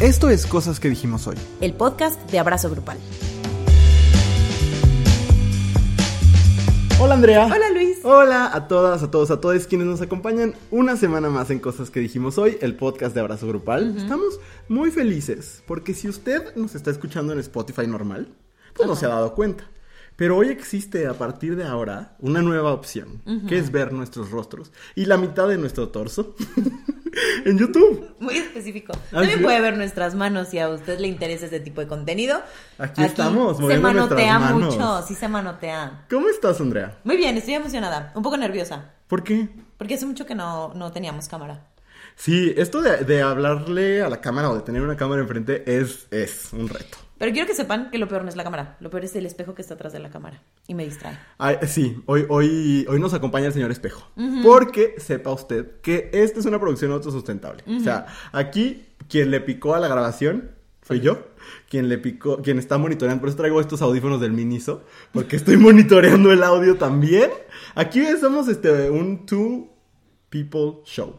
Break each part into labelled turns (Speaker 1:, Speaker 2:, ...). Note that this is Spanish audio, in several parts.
Speaker 1: Esto es Cosas que dijimos hoy.
Speaker 2: el podcast de Abrazo Grupal.
Speaker 1: Hola Andrea.
Speaker 2: Hola Luis.
Speaker 1: Hola a todas, a todos, a todos quienes nos acompañan una semana más en Cosas que dijimos hoy, el podcast de Abrazo Grupal. Estamos muy felices porque si usted nos está escuchando en Spotify normal, pues no se ha dado cuenta. Pero hoy existe a partir de ahora una nueva opción, que es ver nuestros rostros y la mitad de nuestro torso en YouTube.
Speaker 2: Muy específico.
Speaker 1: Ah,
Speaker 2: También
Speaker 1: ¿sí?
Speaker 2: puede ver nuestras manos si a usted le interesa este tipo de contenido.
Speaker 1: Aquí estamos,
Speaker 2: Se
Speaker 1: moviendo
Speaker 2: manotea
Speaker 1: nuestras manos.
Speaker 2: mucho, sí se manotea.
Speaker 1: ¿Cómo estás, Andrea?
Speaker 2: Muy bien, estoy emocionada, un poco nerviosa,
Speaker 1: ¿Por qué?
Speaker 2: porque hace mucho que no, no teníamos cámara.
Speaker 1: Sí, esto de, de hablarle a la cámara o de tener una cámara enfrente es, es un reto.
Speaker 2: Pero quiero que sepan que lo peor no es la cámara, lo peor es el espejo que está atrás de la cámara y me distrae.
Speaker 1: Ay, sí, hoy, hoy, hoy nos acompaña el señor Espejo. Porque sepa usted que esta es una producción autosustentable. O sea, aquí quien le picó a la grabación fui yo. Quien le picó, quien está monitoreando. Por eso traigo estos audífonos del Miniso. Porque estoy monitoreando el audio también. Aquí somos este, un two people show.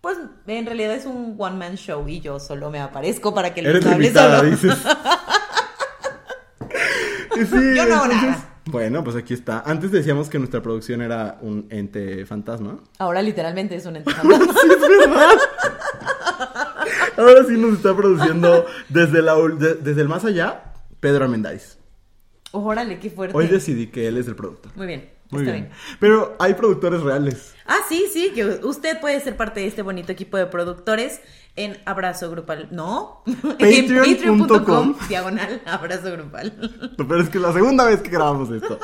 Speaker 2: Pues en realidad es un one man show y yo solo me aparezco para que
Speaker 1: Eres
Speaker 2: Luis hable
Speaker 1: limitada,
Speaker 2: solo.
Speaker 1: dices. Y sí,
Speaker 2: Yo no hago
Speaker 1: entonces,
Speaker 2: nada.
Speaker 1: Bueno, pues aquí está. Antes decíamos que nuestra producción era un ente fantasma.
Speaker 2: Ahora literalmente es un
Speaker 1: Ahora
Speaker 2: entrenador.
Speaker 1: sí es verdad. Ahora sí nos está produciendo desde, la, ul- de- desde el más allá Pedro Amendáis.
Speaker 2: Órale, qué fuerte.
Speaker 1: Hoy decidí que él es el productor.
Speaker 2: Muy bien,
Speaker 1: Muy
Speaker 2: está
Speaker 1: bien.
Speaker 2: bien.
Speaker 1: Pero hay productores reales.
Speaker 2: Ah, sí, sí, que usted puede ser parte de este bonito equipo de productores en Abrazo Grupal. No, en
Speaker 1: Patreon.com.
Speaker 2: diagonal Abrazo Grupal.
Speaker 1: Pero es que es la segunda vez que grabamos esto.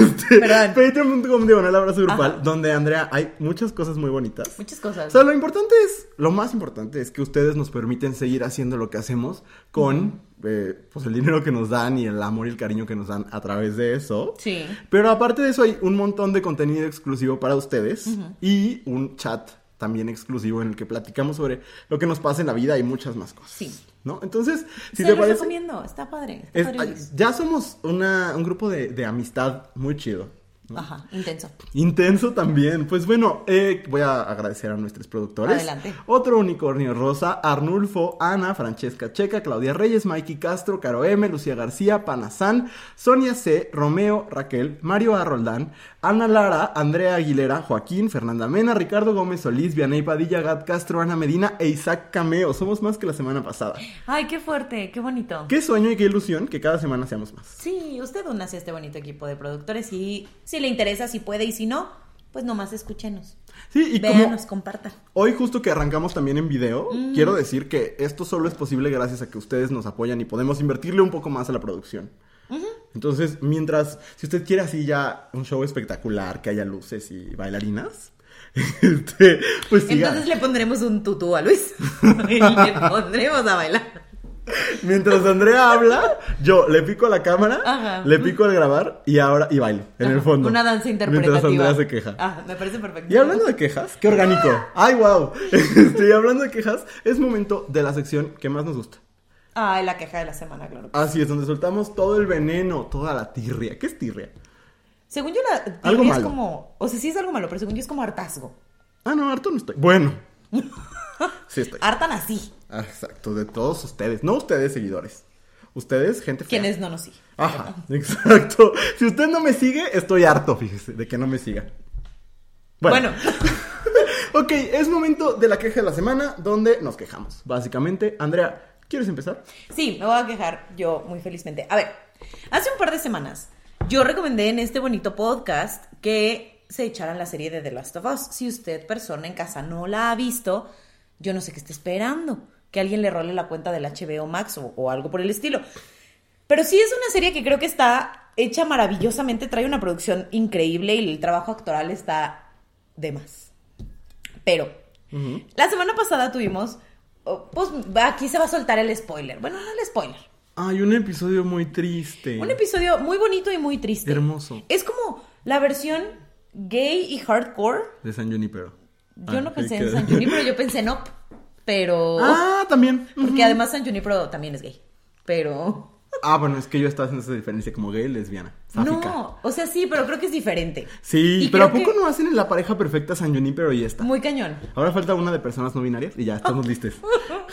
Speaker 1: Este,
Speaker 2: Perdón.
Speaker 1: Patreon.com diagonal abrazo grupal,
Speaker 2: Ajá.
Speaker 1: donde Andrea hay muchas cosas muy bonitas.
Speaker 2: Muchas cosas.
Speaker 1: O sea, lo importante es, lo más importante es que ustedes nos permiten seguir haciendo lo que hacemos con eh, pues el dinero que nos dan y el amor y el cariño que nos dan a través de eso.
Speaker 2: Sí.
Speaker 1: Pero aparte de eso hay un montón de contenido exclusivo para ustedes y un chat también exclusivo en el que platicamos sobre lo que nos pasa en la vida y muchas más cosas.
Speaker 2: Sí.
Speaker 1: ¿No? Entonces, si
Speaker 2: Se
Speaker 1: te
Speaker 2: los
Speaker 1: parece...
Speaker 2: recomiendo, está padre. Está
Speaker 1: es-
Speaker 2: padre,
Speaker 1: ay,
Speaker 2: Luis.
Speaker 1: ya somos una- un grupo de, de amistad muy chido.
Speaker 2: Ajá, intenso.
Speaker 1: Intenso también. Pues bueno, eh, voy a agradecer a nuestros productores.
Speaker 2: Adelante.
Speaker 1: Otro unicornio rosa, Arnulfo, Ana, Francesca Checa, Claudia Reyes, Mikey Castro, Caro M, Lucía García, Panazán, Sonia C, Romeo, Raquel, Mario A. Roldán, Ana Lara, Andrea Aguilera, Joaquín, Fernanda Mena, Ricardo Gómez Solís, Vianey Padilla, Gat Castro, Ana Medina e Isaac Cameo. Somos más que la semana pasada.
Speaker 2: Ay, qué fuerte, qué bonito.
Speaker 1: Qué sueño y qué ilusión que cada semana seamos más.
Speaker 2: Sí, usted únase a este bonito equipo de productores y si le interesa, si puede y si no, pues nomás escúchenos.
Speaker 1: Sí, y como-
Speaker 2: Véanos, comparta.
Speaker 1: Hoy justo que arrancamos también en video,
Speaker 2: Mm.
Speaker 1: quiero decir que esto solo es posible gracias a que ustedes nos apoyan y podemos invertirle un poco más a la producción. Entonces, mientras, si usted quiere así ya un show espectacular, que haya luces y bailarinas, este, pues siga.
Speaker 2: Entonces le pondremos un tutú a Luis y le pondremos a bailar.
Speaker 1: Mientras Andrea habla, yo le pico a la cámara,
Speaker 2: Ajá.
Speaker 1: le pico al grabar y ahora, y bailo, en el fondo.
Speaker 2: Una danza interpretativa.
Speaker 1: Mientras Andrea se queja.
Speaker 2: Ah, me parece perfecto.
Speaker 1: Y hablando de quejas, qué orgánico. Ay, wow. Estoy hablando de quejas, es momento de la sección que más nos gusta.
Speaker 2: Ay, la queja de la semana, claro.
Speaker 1: Así es, donde soltamos todo el veneno, toda la tirria. ¿Qué es tirria?
Speaker 2: Según yo, la teoría
Speaker 1: Algo
Speaker 2: es
Speaker 1: malo.
Speaker 2: como. O sea, sí es algo malo, pero según yo es como hartazgo.
Speaker 1: Ah, no, harto no estoy. Bueno. Sí estoy.
Speaker 2: Hartan así.
Speaker 1: Ah, Exacto, de todos ustedes. No ustedes, seguidores. Ustedes, gente fea.
Speaker 2: Quienes no nos siguen.
Speaker 1: Ajá, exacto. Si usted no me sigue, estoy harto, fíjese, de que no me siga.
Speaker 2: Bueno.
Speaker 1: ok, es momento de la queja de la semana donde nos quejamos. Básicamente, Andrea, ¿quieres empezar?
Speaker 2: Sí, me voy a quejar yo muy felizmente. A ver, hace un par de semanas yo recomendé en este bonito podcast que se echaran la serie de The Last of Us. Si usted, persona en casa, no la ha visto, yo no sé qué está esperando. Que alguien le role la cuenta del HBO Max o- o algo por el estilo. Pero sí es una serie que creo que está hecha maravillosamente, trae una producción increíble y el trabajo actoral está de más. Pero la semana pasada tuvimos, oh, pues aquí se va a soltar el spoiler. Bueno, no el spoiler.
Speaker 1: Hay un episodio muy triste.
Speaker 2: Un episodio muy bonito y muy triste.
Speaker 1: Hermoso.
Speaker 2: Es como la versión gay y hardcore.
Speaker 1: de San Junipero.
Speaker 2: Yo
Speaker 1: Ah,
Speaker 2: no
Speaker 1: sí,
Speaker 2: pensé
Speaker 1: que-
Speaker 2: en San Junipero, yo pensé en Op. Pero...
Speaker 1: Ah, también.
Speaker 2: Porque además San Junipero también es gay. Pero...
Speaker 1: Ah, bueno, es que yo estaba haciendo esa diferencia como gay, lesbiana, sáfica.
Speaker 2: No, o sea, sí, pero creo que es diferente.
Speaker 1: Sí,
Speaker 2: Y
Speaker 1: pero ¿a
Speaker 2: creo
Speaker 1: poco
Speaker 2: que-
Speaker 1: no hacen en la pareja perfecta San Junín, pero ya está?
Speaker 2: Muy cañón.
Speaker 1: Ahora falta una de personas no binarias y ya estamos listos.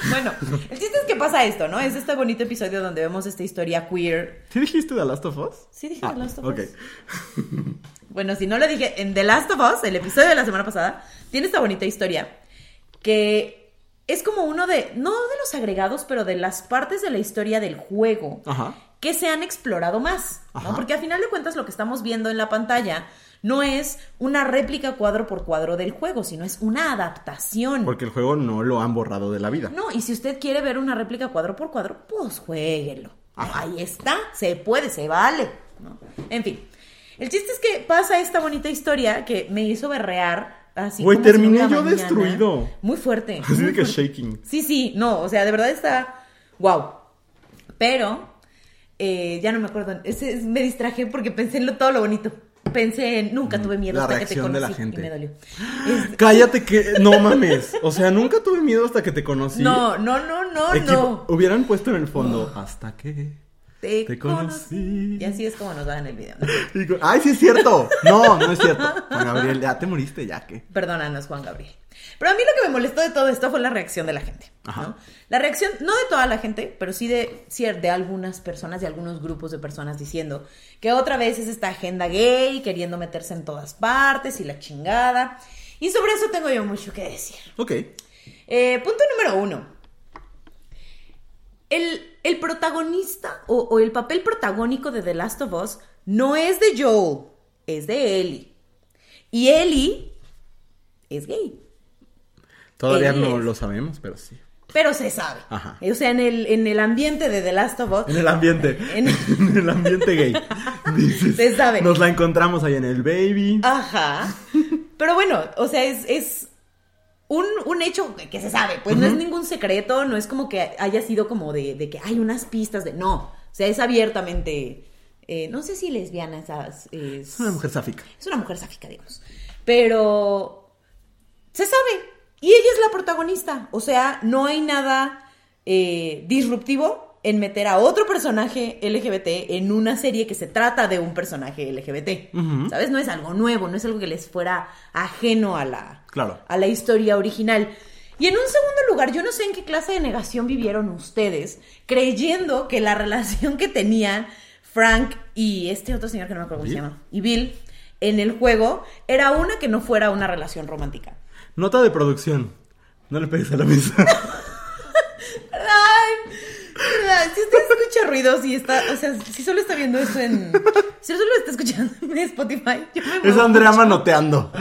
Speaker 2: bueno, el chiste es que pasa esto, ¿no? Es este bonito episodio donde vemos esta historia queer.
Speaker 1: ¿Sí dijiste The Last of Us?
Speaker 2: Sí, dije The Last of
Speaker 1: Ah, ok.
Speaker 2: Us. Bueno, si no lo dije, en The Last of Us, el episodio de la semana pasada, tiene esta bonita historia que es como uno de, no de los agregados, pero de las partes de la historia del juego
Speaker 1: Ajá.
Speaker 2: que se han explorado más, ¿no?
Speaker 1: Ajá.
Speaker 2: Porque a final de cuentas lo que estamos viendo en la pantalla no es una réplica cuadro por cuadro del juego, sino es una adaptación.
Speaker 1: Porque el juego no lo han borrado de la vida.
Speaker 2: No, y si usted quiere ver una réplica cuadro por cuadro, pues jueguelo.
Speaker 1: Ajá.
Speaker 2: Ahí está, se puede, se vale. ¿no? En fin, el chiste es que pasa esta bonita historia que me hizo berrear. Así
Speaker 1: Güey,
Speaker 2: como si
Speaker 1: terminé
Speaker 2: no hubiera
Speaker 1: yo
Speaker 2: mañana.
Speaker 1: destruido.
Speaker 2: Muy fuerte.
Speaker 1: Así
Speaker 2: muy
Speaker 1: de que
Speaker 2: fuerte.
Speaker 1: shaking.
Speaker 2: Sí, sí, no, o sea, de verdad está wow. Pero eh, ya no me acuerdo, ese es- me distraje porque pensé en lo- todo lo bonito. Pensé en nunca tuve miedo
Speaker 1: La
Speaker 2: hasta que te
Speaker 1: reacción
Speaker 2: conocí
Speaker 1: de la gente.
Speaker 2: y me dolió. Es-
Speaker 1: Cállate que no mames. O sea, nunca tuve miedo hasta que te conocí.
Speaker 2: No, no, no, no, no.
Speaker 1: Equipo- Hubieran puesto en el fondo hasta que
Speaker 2: Te,
Speaker 1: te
Speaker 2: conocí.
Speaker 1: conocí.
Speaker 2: Y así es como nos dan el video. ¿no?
Speaker 1: Y co- Ay, sí es cierto. No, no es cierto. Juan Gabriel, ya te moriste, ya que.
Speaker 2: Perdónanos, Juan Gabriel. Pero a mí lo que me molestó de todo esto fue la reacción de la gente. ¿no?
Speaker 1: Ajá.
Speaker 2: La reacción, no de toda la gente, pero sí de, sí de algunas personas, de algunos grupos de personas diciendo que otra vez es esta agenda gay, queriendo meterse en todas partes y la chingada. Y sobre eso tengo yo mucho que decir.
Speaker 1: Ok.
Speaker 2: Eh, punto número uno. El, el protagonista o, o el papel protagónico de The Last of Us no es de Joel, es de Ellie. Y Ellie es gay,
Speaker 1: Todavía
Speaker 2: Él
Speaker 1: no
Speaker 2: es.
Speaker 1: lo sabemos, pero sí.
Speaker 2: pero se sabe.
Speaker 1: Ajá.
Speaker 2: O sea, en el, en el ambiente de The Last of Us.
Speaker 1: En el ambiente.
Speaker 2: En-
Speaker 1: En, el ambiente gay. Dices,
Speaker 2: Se sabe.
Speaker 1: Nos la encontramos ahí en el baby.
Speaker 2: Ajá. Pero bueno, o sea, es, es un, un hecho que- que se sabe. Pues no es ningún secreto, no es como que haya sido como de, de que hay unas pistas de. No. O sea, es abiertamente. eh, no sé si lesbiana esas. Es,
Speaker 1: Es una mujer sáfica.
Speaker 2: es una mujer sáfica, digamos. Pero se sabe. Y ella es la protagonista. O sea, no hay nada eh, disruptivo en meter a otro personaje LGBT en una serie que se trata de un personaje LGBT.
Speaker 1: Ujú.
Speaker 2: ¿Sabes? No es algo nuevo, no es algo que les fuera ajeno a la,
Speaker 1: Claro.
Speaker 2: a la historia original. Y en un segundo lugar, yo no sé en qué clase de negación vivieron ustedes creyendo que la relación que tenían Frank y este otro señor que no me acuerdo cómo se
Speaker 1: Bill.
Speaker 2: llama, y Bill en el juego era una que no fuera una relación romántica.
Speaker 1: Nota de producción. No le pegues a la mesa.
Speaker 2: Ay, ay, si usted escucha ruidos y está, o sea, si solo está viendo esto en, si solo está escuchando en Spotify, yo me
Speaker 1: es
Speaker 2: muevo
Speaker 1: Andrea
Speaker 2: mucho.
Speaker 1: manoteando.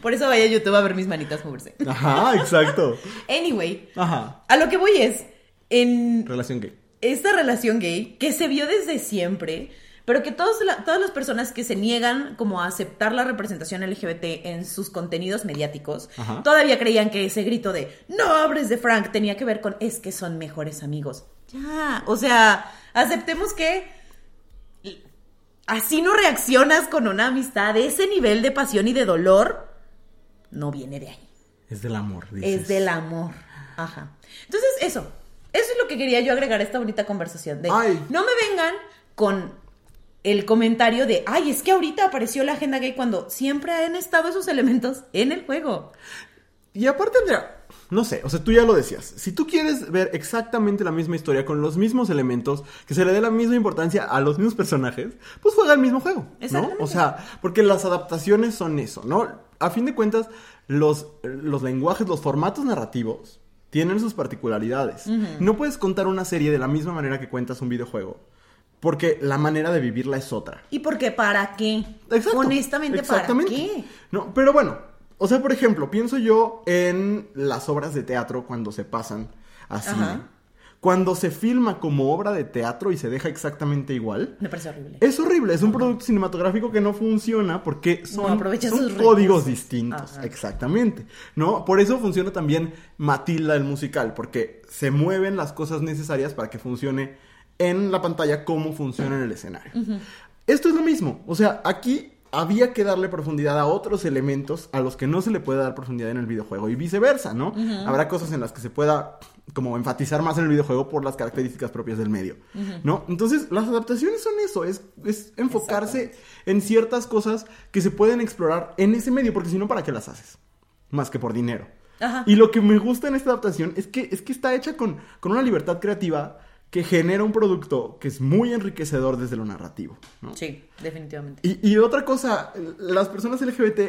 Speaker 2: Por eso vaya a YouTube a ver mis manitas moverse.
Speaker 1: Ajá, exacto.
Speaker 2: Anyway,
Speaker 1: Ajá.
Speaker 2: a lo que voy es, en,
Speaker 1: Relación gay.
Speaker 2: esta relación gay que se vio desde siempre, pero que todos la- todas las personas que se niegan como a aceptar la representación LGBT en sus contenidos mediáticos,
Speaker 1: Ajá.
Speaker 2: todavía creían que ese grito de no hables de Frank tenía que ver con es que son mejores amigos. Ya, o sea, aceptemos que así no reaccionas con una amistad, ese nivel de pasión y de dolor no viene de ahí
Speaker 1: Es del amor. Dices.
Speaker 2: es del amor. Ajá. Entonces, eso. Eso es lo que quería yo agregar a esta bonita conversación. De,
Speaker 1: Ay.
Speaker 2: No me vengan con el comentario de, ay, es que ahorita apareció la agenda gay cuando siempre han estado esos elementos en el juego.
Speaker 1: Y aparte, Andrea, no sé, o sea, tú ya lo decías. Si tú quieres ver exactamente la misma historia con los mismos elementos, que se le dé la misma importancia a los mismos personajes, pues juega el mismo juego, ¿no?
Speaker 2: Exactamente.
Speaker 1: O sea, porque las adaptaciones son eso, ¿no? A fin de cuentas, los, los lenguajes, los formatos narrativos tienen sus particularidades. No puedes contar una serie de la misma manera que cuentas un videojuego, porque la manera de vivirla es otra.
Speaker 2: ¿Y por qué? ¿Para qué?
Speaker 1: Exacto.
Speaker 2: Honestamente, ¿para
Speaker 1: Exactamente.
Speaker 2: qué?
Speaker 1: No, pero bueno, o sea, por ejemplo, pienso yo en las obras de teatro cuando se pasan a cine.
Speaker 2: Ajá.
Speaker 1: Cuando se filma como obra de teatro y se deja exactamente igual,
Speaker 2: Me parece horrible.
Speaker 1: es horrible, es un producto cinematográfico que no funciona porque son,
Speaker 2: aprovecha
Speaker 1: son
Speaker 2: sus recursos.
Speaker 1: códigos distintos,
Speaker 2: Ajá.
Speaker 1: exactamente, ¿no? Por eso funciona también Matilda el musical, porque se mueven las cosas necesarias para que funcione en la pantalla como funciona en el escenario. Esto es lo mismo, o sea, aquí había que darle profundidad a otros elementos a los que no se le puede dar profundidad en el videojuego y viceversa, ¿no? Habrá cosas en las que se pueda como enfatizar más en el videojuego por las características propias del medio, ¿no? Entonces, las adaptaciones son eso, es, es enfocarse en ciertas cosas que se pueden explorar en ese medio, porque si no, ¿para qué las haces? Más que por dinero.
Speaker 2: Ajá.
Speaker 1: Y lo que me gusta en esta adaptación es que, es que está hecha con, con una libertad creativa que genera un producto que es muy enriquecedor desde lo narrativo, ¿no?
Speaker 2: Sí, definitivamente.
Speaker 1: Y, y otra cosa, las personas LGBT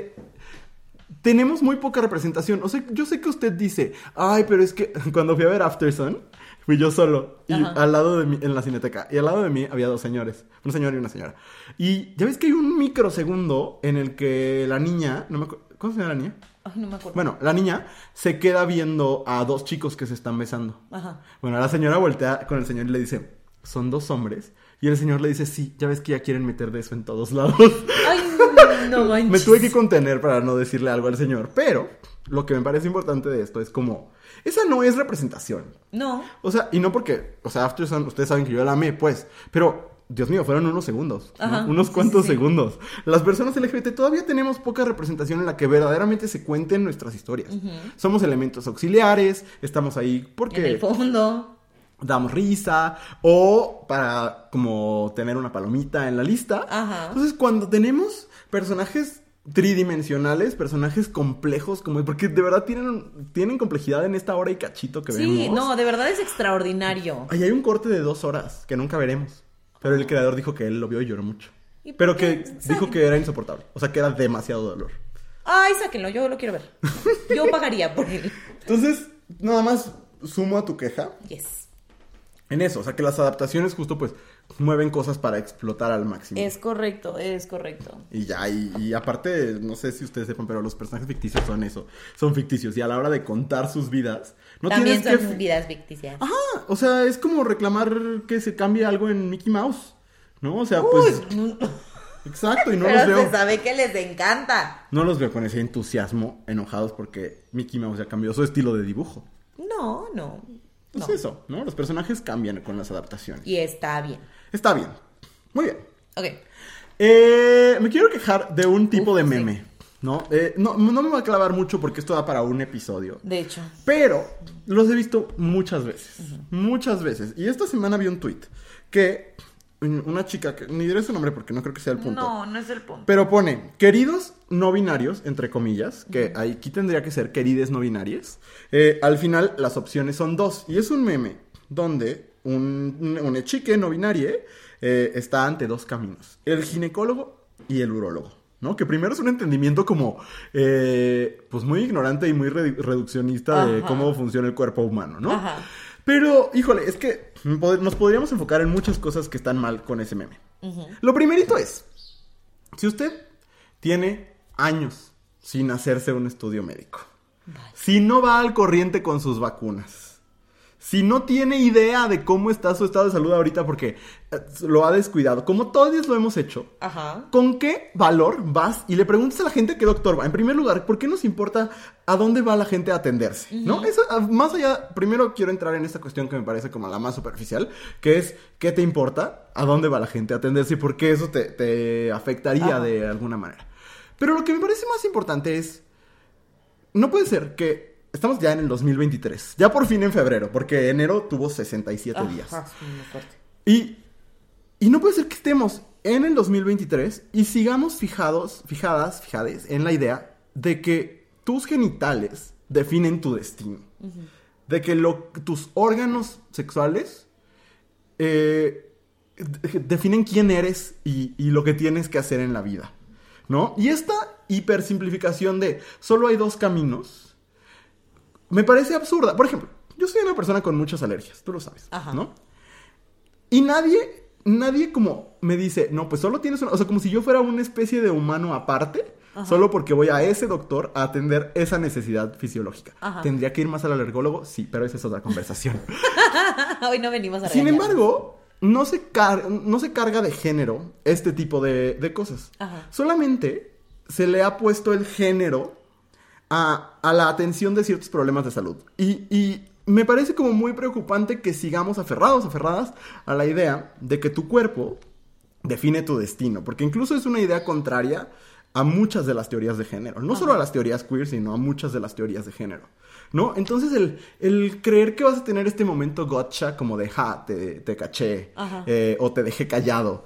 Speaker 1: tenemos muy poca representación. O sea, yo sé que usted dice, ay, pero es que cuando fui a ver Aftersun, fui yo solo. Y
Speaker 2: Ajá.
Speaker 1: al lado de mí, en la cineteca, y al lado de mí había dos señores, un señor y una señora. Y ya ves que hay un microsegundo en el que la niña, no me acu- ¿cómo se llama la niña?
Speaker 2: Ay, no me acuerdo.
Speaker 1: Bueno, la niña se queda viendo a dos chicos que se están besando.
Speaker 2: Ajá.
Speaker 1: Bueno, la señora voltea con el señor y le dice, son dos hombres. Y el señor le dice, sí, ya ves que ya quieren meter de eso en todos lados.
Speaker 2: Ay, no manches.
Speaker 1: Me tuve que contener para no decirle algo al señor, pero lo que me parece importante de esto es como, esa no es representación.
Speaker 2: No.
Speaker 1: O sea, y no porque, o sea, After Sun, ustedes saben que yo la amé, pues, pero, Dios mío, fueron unos segundos, ¿no?
Speaker 2: Ajá,
Speaker 1: unos
Speaker 2: sí,
Speaker 1: cuantos
Speaker 2: sí, sí.
Speaker 1: segundos. Las personas LGBT todavía tenemos poca representación en la que verdaderamente se cuenten nuestras historias. Somos elementos auxiliares, estamos ahí porque
Speaker 2: En el fondo.
Speaker 1: damos risa o para como tener una palomita en la lista.
Speaker 2: Ajá.
Speaker 1: Entonces, cuando tenemos personajes tridimensionales, personajes complejos, como porque de verdad tienen, tienen complejidad en esta hora y cachito que
Speaker 2: Sí,
Speaker 1: vemos.
Speaker 2: no, de verdad es extraordinario.
Speaker 1: Ahí hay un corte de dos horas que nunca veremos. Pero el creador dijo que él lo vio y lloró mucho.
Speaker 2: ¿Y por
Speaker 1: Pero
Speaker 2: qué?
Speaker 1: que
Speaker 2: ¿Sabe?
Speaker 1: dijo que era insoportable. O sea, que era demasiado dolor.
Speaker 2: Ay, sáquenlo, yo lo quiero ver. Yo pagaría por él.
Speaker 1: Entonces, nada más sumo a tu queja.
Speaker 2: Yes.
Speaker 1: En eso, o sea, que las adaptaciones justo pues mueven cosas para explotar al máximo.
Speaker 2: Es correcto, es correcto.
Speaker 1: Y ya, y, y aparte, no sé si ustedes sepan, pero los personajes ficticios son eso, son ficticios. Y a la hora de contar sus vidas, no
Speaker 2: También
Speaker 1: tienes
Speaker 2: son
Speaker 1: que... Ah,
Speaker 2: vidas ficticias.
Speaker 1: Ajá, o sea, es como reclamar que se cambie algo en Mickey Mouse, ¿no? O sea, pues...
Speaker 2: Uy, no-
Speaker 1: Exacto, y no
Speaker 2: pero
Speaker 1: los
Speaker 2: se
Speaker 1: veo...
Speaker 2: sabe que les encanta.
Speaker 1: No los veo con ese entusiasmo, enojados porque Mickey Mouse ya cambió su estilo de dibujo.
Speaker 2: No, no.
Speaker 1: Es
Speaker 2: no.
Speaker 1: eso, ¿no? Los personajes cambian con las adaptaciones.
Speaker 2: Y está bien.
Speaker 1: Está bien, muy bien.
Speaker 2: Ok.
Speaker 1: Eh, me quiero quejar de un tipo
Speaker 2: Uf,
Speaker 1: de
Speaker 2: sí.
Speaker 1: meme, ¿no? Eh, no, no me voy a clavar mucho porque esto da para un episodio.
Speaker 2: De hecho.
Speaker 1: Pero los he visto muchas veces. Muchas veces. Y esta semana vi un tweet que un- una chica, que, ni diré su nombre porque no creo que sea el punto.
Speaker 2: No, no es el punto.
Speaker 1: Pero pone, queridos no binarios, entre comillas, que aquí tendría que ser querides no binarias. eh, al final las opciones son dos. Y es un meme donde un, un- una chique no binarie eh, está ante dos caminos. El ginecólogo y el urólogo. ¿No? Que primero es un entendimiento como, eh, pues muy ignorante y muy redu- reduccionista de
Speaker 2: Ajá.
Speaker 1: cómo funciona el cuerpo humano, ¿no?
Speaker 2: Ajá.
Speaker 1: Pero, híjole, es que pod- nos podríamos enfocar en muchas cosas que están mal con ese meme. Lo primerito es, si usted tiene años sin hacerse un estudio médico, si no va al corriente con sus vacunas, si no tiene idea de cómo está su estado de salud ahorita porque eh, lo ha descuidado, como todos lo hemos hecho,
Speaker 2: Ajá.
Speaker 1: ¿Con qué valor vas y le preguntas a la gente qué doctor va? En primer lugar, ¿por qué nos importa a dónde va la gente a atenderse? ¿No? Eso, a- más allá, primero quiero entrar en esta cuestión que me parece como la más superficial, que es ¿qué te importa? ¿A dónde va la gente a atenderse? Y por qué eso te, te afectaría
Speaker 2: Ajá.
Speaker 1: de alguna manera. Pero lo que me parece más importante es, no puede ser que estamos ya en el 2023, ya por fin en febrero, porque enero tuvo 67 días.
Speaker 2: Ajá, sí, muy fuerte.
Speaker 1: Y, y no puede ser que estemos en el 2023 y sigamos fijados, fijadas, fijades en la idea de que tus genitales definen tu destino. De que lo- tus órganos sexuales eh, de- definen quién eres y, y lo que tienes que hacer en la vida. ¿No? Y esta hipersimplificación de solo hay dos caminos me parece absurda. Por ejemplo, yo soy una persona con muchas alergias, tú lo sabes,
Speaker 2: Ajá.
Speaker 1: ¿no? Y nadie, nadie como me dice, no, pues solo tienes una. O sea, como si yo fuera una especie de humano aparte, solo porque voy a ese doctor a atender esa necesidad fisiológica.
Speaker 2: Ajá.
Speaker 1: ¿Tendría que ir más al alergólogo? Sí, pero esa es otra conversación.
Speaker 2: Hoy no venimos a
Speaker 1: Sin
Speaker 2: regañar.
Speaker 1: embargo, no se, car- no se carga de género este tipo de, de cosas.
Speaker 2: Ajá.
Speaker 1: Solamente se le ha puesto el género a, a la atención de ciertos problemas de salud. Y, y me parece como muy preocupante que sigamos aferrados, aferradas a la idea de que tu cuerpo define tu destino, porque incluso es una idea contraria a muchas de las teorías de género, no solo a las teorías queer, sino a muchas de las teorías de género. ¿No? Entonces el, el creer que vas a tener este momento gotcha como de, ja, te, te caché
Speaker 2: Ajá.
Speaker 1: eh, o te dejé callado,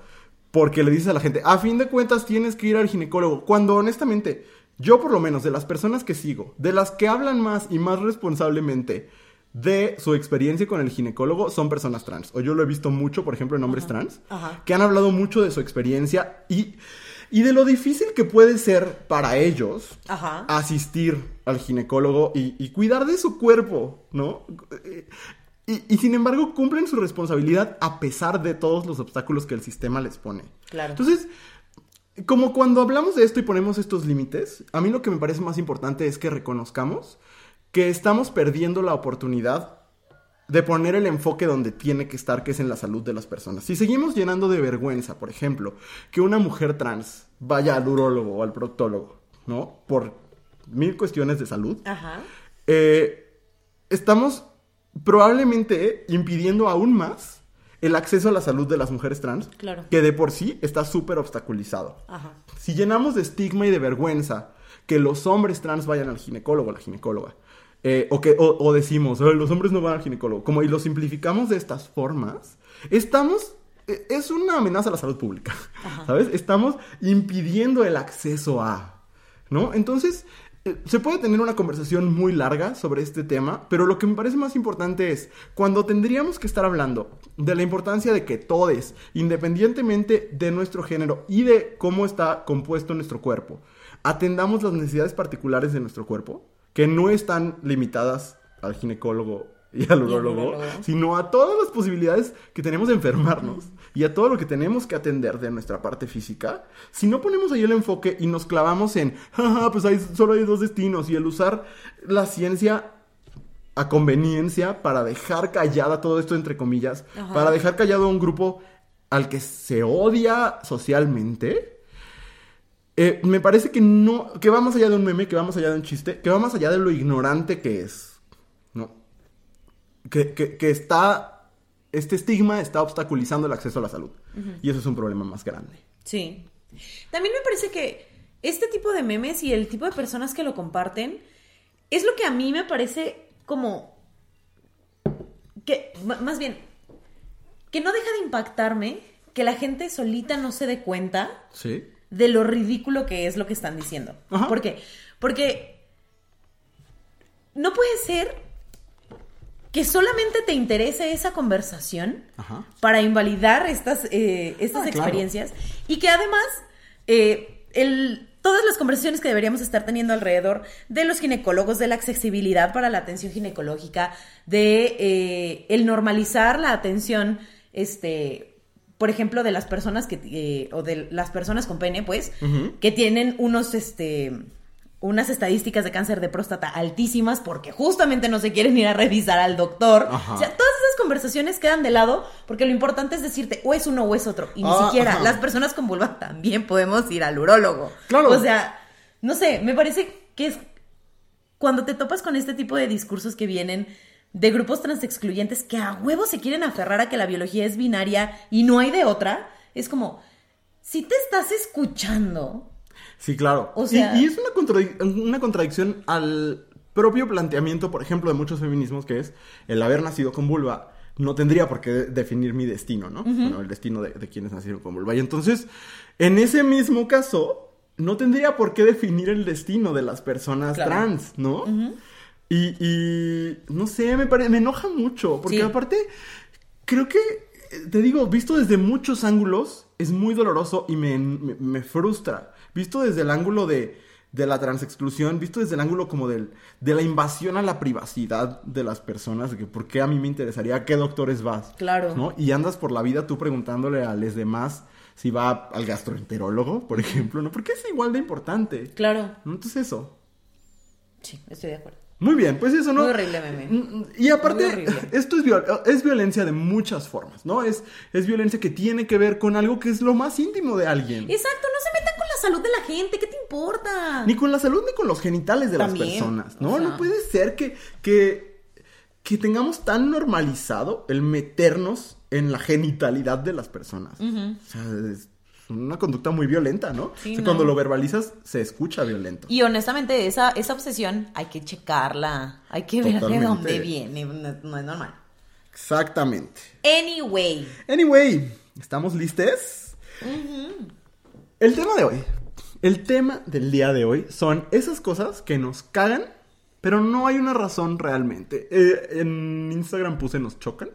Speaker 1: porque le dices a la gente, a fin de cuentas tienes que ir al ginecólogo, cuando honestamente yo por lo menos de las personas que sigo, de las que hablan más y más responsablemente de su experiencia con el ginecólogo son personas trans, o yo lo he visto mucho, por ejemplo, en hombres trans,
Speaker 2: Ajá.
Speaker 1: que han hablado mucho de su experiencia y, y de lo difícil que puede ser para ellos
Speaker 2: Ajá.
Speaker 1: asistir al ginecólogo y, y cuidar de su cuerpo, ¿no? Y, y sin embargo cumplen su responsabilidad a pesar de todos los obstáculos que el sistema les pone.
Speaker 2: Claro.
Speaker 1: Entonces, como cuando hablamos de esto y ponemos estos límites, a mí lo que me parece más importante es que reconozcamos que estamos perdiendo la oportunidad de poner el enfoque donde tiene que estar, que es en la salud de las personas. Si seguimos llenando de vergüenza, por ejemplo, que una mujer trans vaya al urólogo o al proctólogo, ¿no? Por mil cuestiones de salud,
Speaker 2: Ajá.
Speaker 1: eh, estamos probablemente impidiendo aún más el acceso a la salud de las mujeres trans,
Speaker 2: Claro.
Speaker 1: que de por sí está súper obstaculizado.
Speaker 2: Ajá.
Speaker 1: Si llenamos de estigma y de vergüenza que los hombres trans vayan al ginecólogo o la ginecóloga, eh, o, que, o, o decimos, "Ay, los hombres no van al ginecólogo, como y lo simplificamos de estas formas, estamos... e- Es una amenaza a la salud pública, ¿sabes? Estamos impidiendo el acceso a, ¿no? Entonces, eh, se puede tener una conversación muy larga sobre este tema, pero lo que me parece más importante es cuando tendríamos que estar hablando de la importancia de que todos, independientemente de nuestro género y de cómo está compuesto nuestro cuerpo, atendamos las necesidades particulares de nuestro cuerpo, que no están limitadas al ginecólogo y al urólogo,
Speaker 2: urólogo.
Speaker 1: sino a todas las posibilidades que tenemos de enfermarnos y a todo lo que tenemos que atender de nuestra parte física, si no ponemos ahí el enfoque y nos clavamos en, "Jaja, pues hay, solo hay dos destinos y el usar la ciencia a conveniencia para dejar callada todo esto entre comillas,
Speaker 2: Ajá.
Speaker 1: para dejar callado a un grupo al que se odia socialmente, eh, me parece que no, que va más allá de un meme, que va más allá de un chiste, que va más allá de lo ignorante que es, ¿no? Que, que- que está, este estigma está obstaculizando el acceso a la salud. Y eso es un problema más grande.
Speaker 2: Sí. También me parece que este tipo de memes y el tipo de personas que lo comparten es lo que a mí me parece como que m- más bien que no deja de impactarme que la gente solita no se dé cuenta
Speaker 1: Sí.
Speaker 2: de lo ridículo que es lo que están diciendo.
Speaker 1: Ajá.
Speaker 2: ¿Por qué? Porque no puede ser que solamente te interese esa conversación
Speaker 1: Ajá.
Speaker 2: para invalidar estas, eh, estas
Speaker 1: Ah, claro.
Speaker 2: experiencias y que además eh, el- todas las conversaciones que deberíamos estar teniendo alrededor de los ginecólogos, de la accesibilidad para la atención ginecológica, de eh, el normalizar la atención, este, por ejemplo, de las personas que eh, o de las personas con pene, pues,
Speaker 1: Ujú.
Speaker 2: que tienen unos este unas estadísticas de cáncer de próstata altísimas porque justamente no se quieren ir a revisar al doctor.
Speaker 1: Ajá.
Speaker 2: O sea, todas esas conversaciones quedan de lado porque lo importante es decirte o es uno o es otro. Y ni
Speaker 1: Ah,
Speaker 2: siquiera
Speaker 1: ajá.
Speaker 2: las personas con vulva también podemos ir al urólogo.
Speaker 1: Claro.
Speaker 2: O sea, no sé, me parece que es cuando te topas con este tipo de discursos que vienen de grupos transexcluyentes que a huevo se quieren aferrar a que la biología es binaria y no hay de otra, es como, si te estás escuchando,
Speaker 1: Sí, claro.
Speaker 2: O
Speaker 1: Y-
Speaker 2: sea-
Speaker 1: y, es una, contradic- una contradicción al propio planteamiento, por ejemplo, de muchos feminismos, que es el haber nacido con vulva no tendría por qué de- definir mi destino, ¿no? Bueno, el destino de, de quienes nacieron con vulva. Y entonces, en ese mismo caso, no tendría por qué definir el destino de las personas
Speaker 2: Claro.
Speaker 1: trans, ¿no? y, y, no sé, me, pare- me enoja mucho, porque
Speaker 2: Sí.
Speaker 1: aparte, creo que, eh, te digo, visto desde muchos ángulos, es muy doloroso y me, me- me frustra. Visto desde el ángulo de, de la transexclusión, visto desde el ángulo como del, de la invasión a la privacidad de las personas, de que por qué a mí me interesaría a qué doctores vas.
Speaker 2: Claro.
Speaker 1: ¿no? Y andas por la vida tú preguntándole a los demás si va al gastroenterólogo, por ejemplo, ¿no? Porque es igual de importante.
Speaker 2: claro,
Speaker 1: ¿no? Entonces eso.
Speaker 2: sí, estoy de acuerdo.
Speaker 1: Muy bien, pues eso, ¿no?
Speaker 2: Muy horrible meme.
Speaker 1: Mm, Y
Speaker 2: Muy
Speaker 1: aparte,
Speaker 2: horrible.
Speaker 1: esto es, viol- es violencia de muchas formas, ¿no? Es, es violencia que tiene que ver con algo que es lo más íntimo de alguien.
Speaker 2: Exacto, no se metan con la salud de la gente, ¿qué te importa?
Speaker 1: Ni con la salud ni con los genitales de las
Speaker 2: También,
Speaker 1: personas,
Speaker 2: o
Speaker 1: ¿no?
Speaker 2: sea.
Speaker 1: No puede ser que, que, que tengamos tan normalizado el meternos en la genitalidad de las personas. O sea, es- una conducta muy violenta, ¿no?
Speaker 2: Sí,
Speaker 1: O sea,
Speaker 2: no.
Speaker 1: Cuando lo verbalizas, se escucha violento.
Speaker 2: Y honestamente, esa, esa obsesión hay que checarla. Hay que ver de
Speaker 1: Totalmente.
Speaker 2: dónde viene. No, no es normal.
Speaker 1: Exactamente.
Speaker 2: Anyway.
Speaker 1: Anyway, ¿estamos listes? El tema de hoy. El tema del día de hoy son esas cosas que nos cagan, pero no hay una razón realmente. Eh, en Instagram puse nos chocan.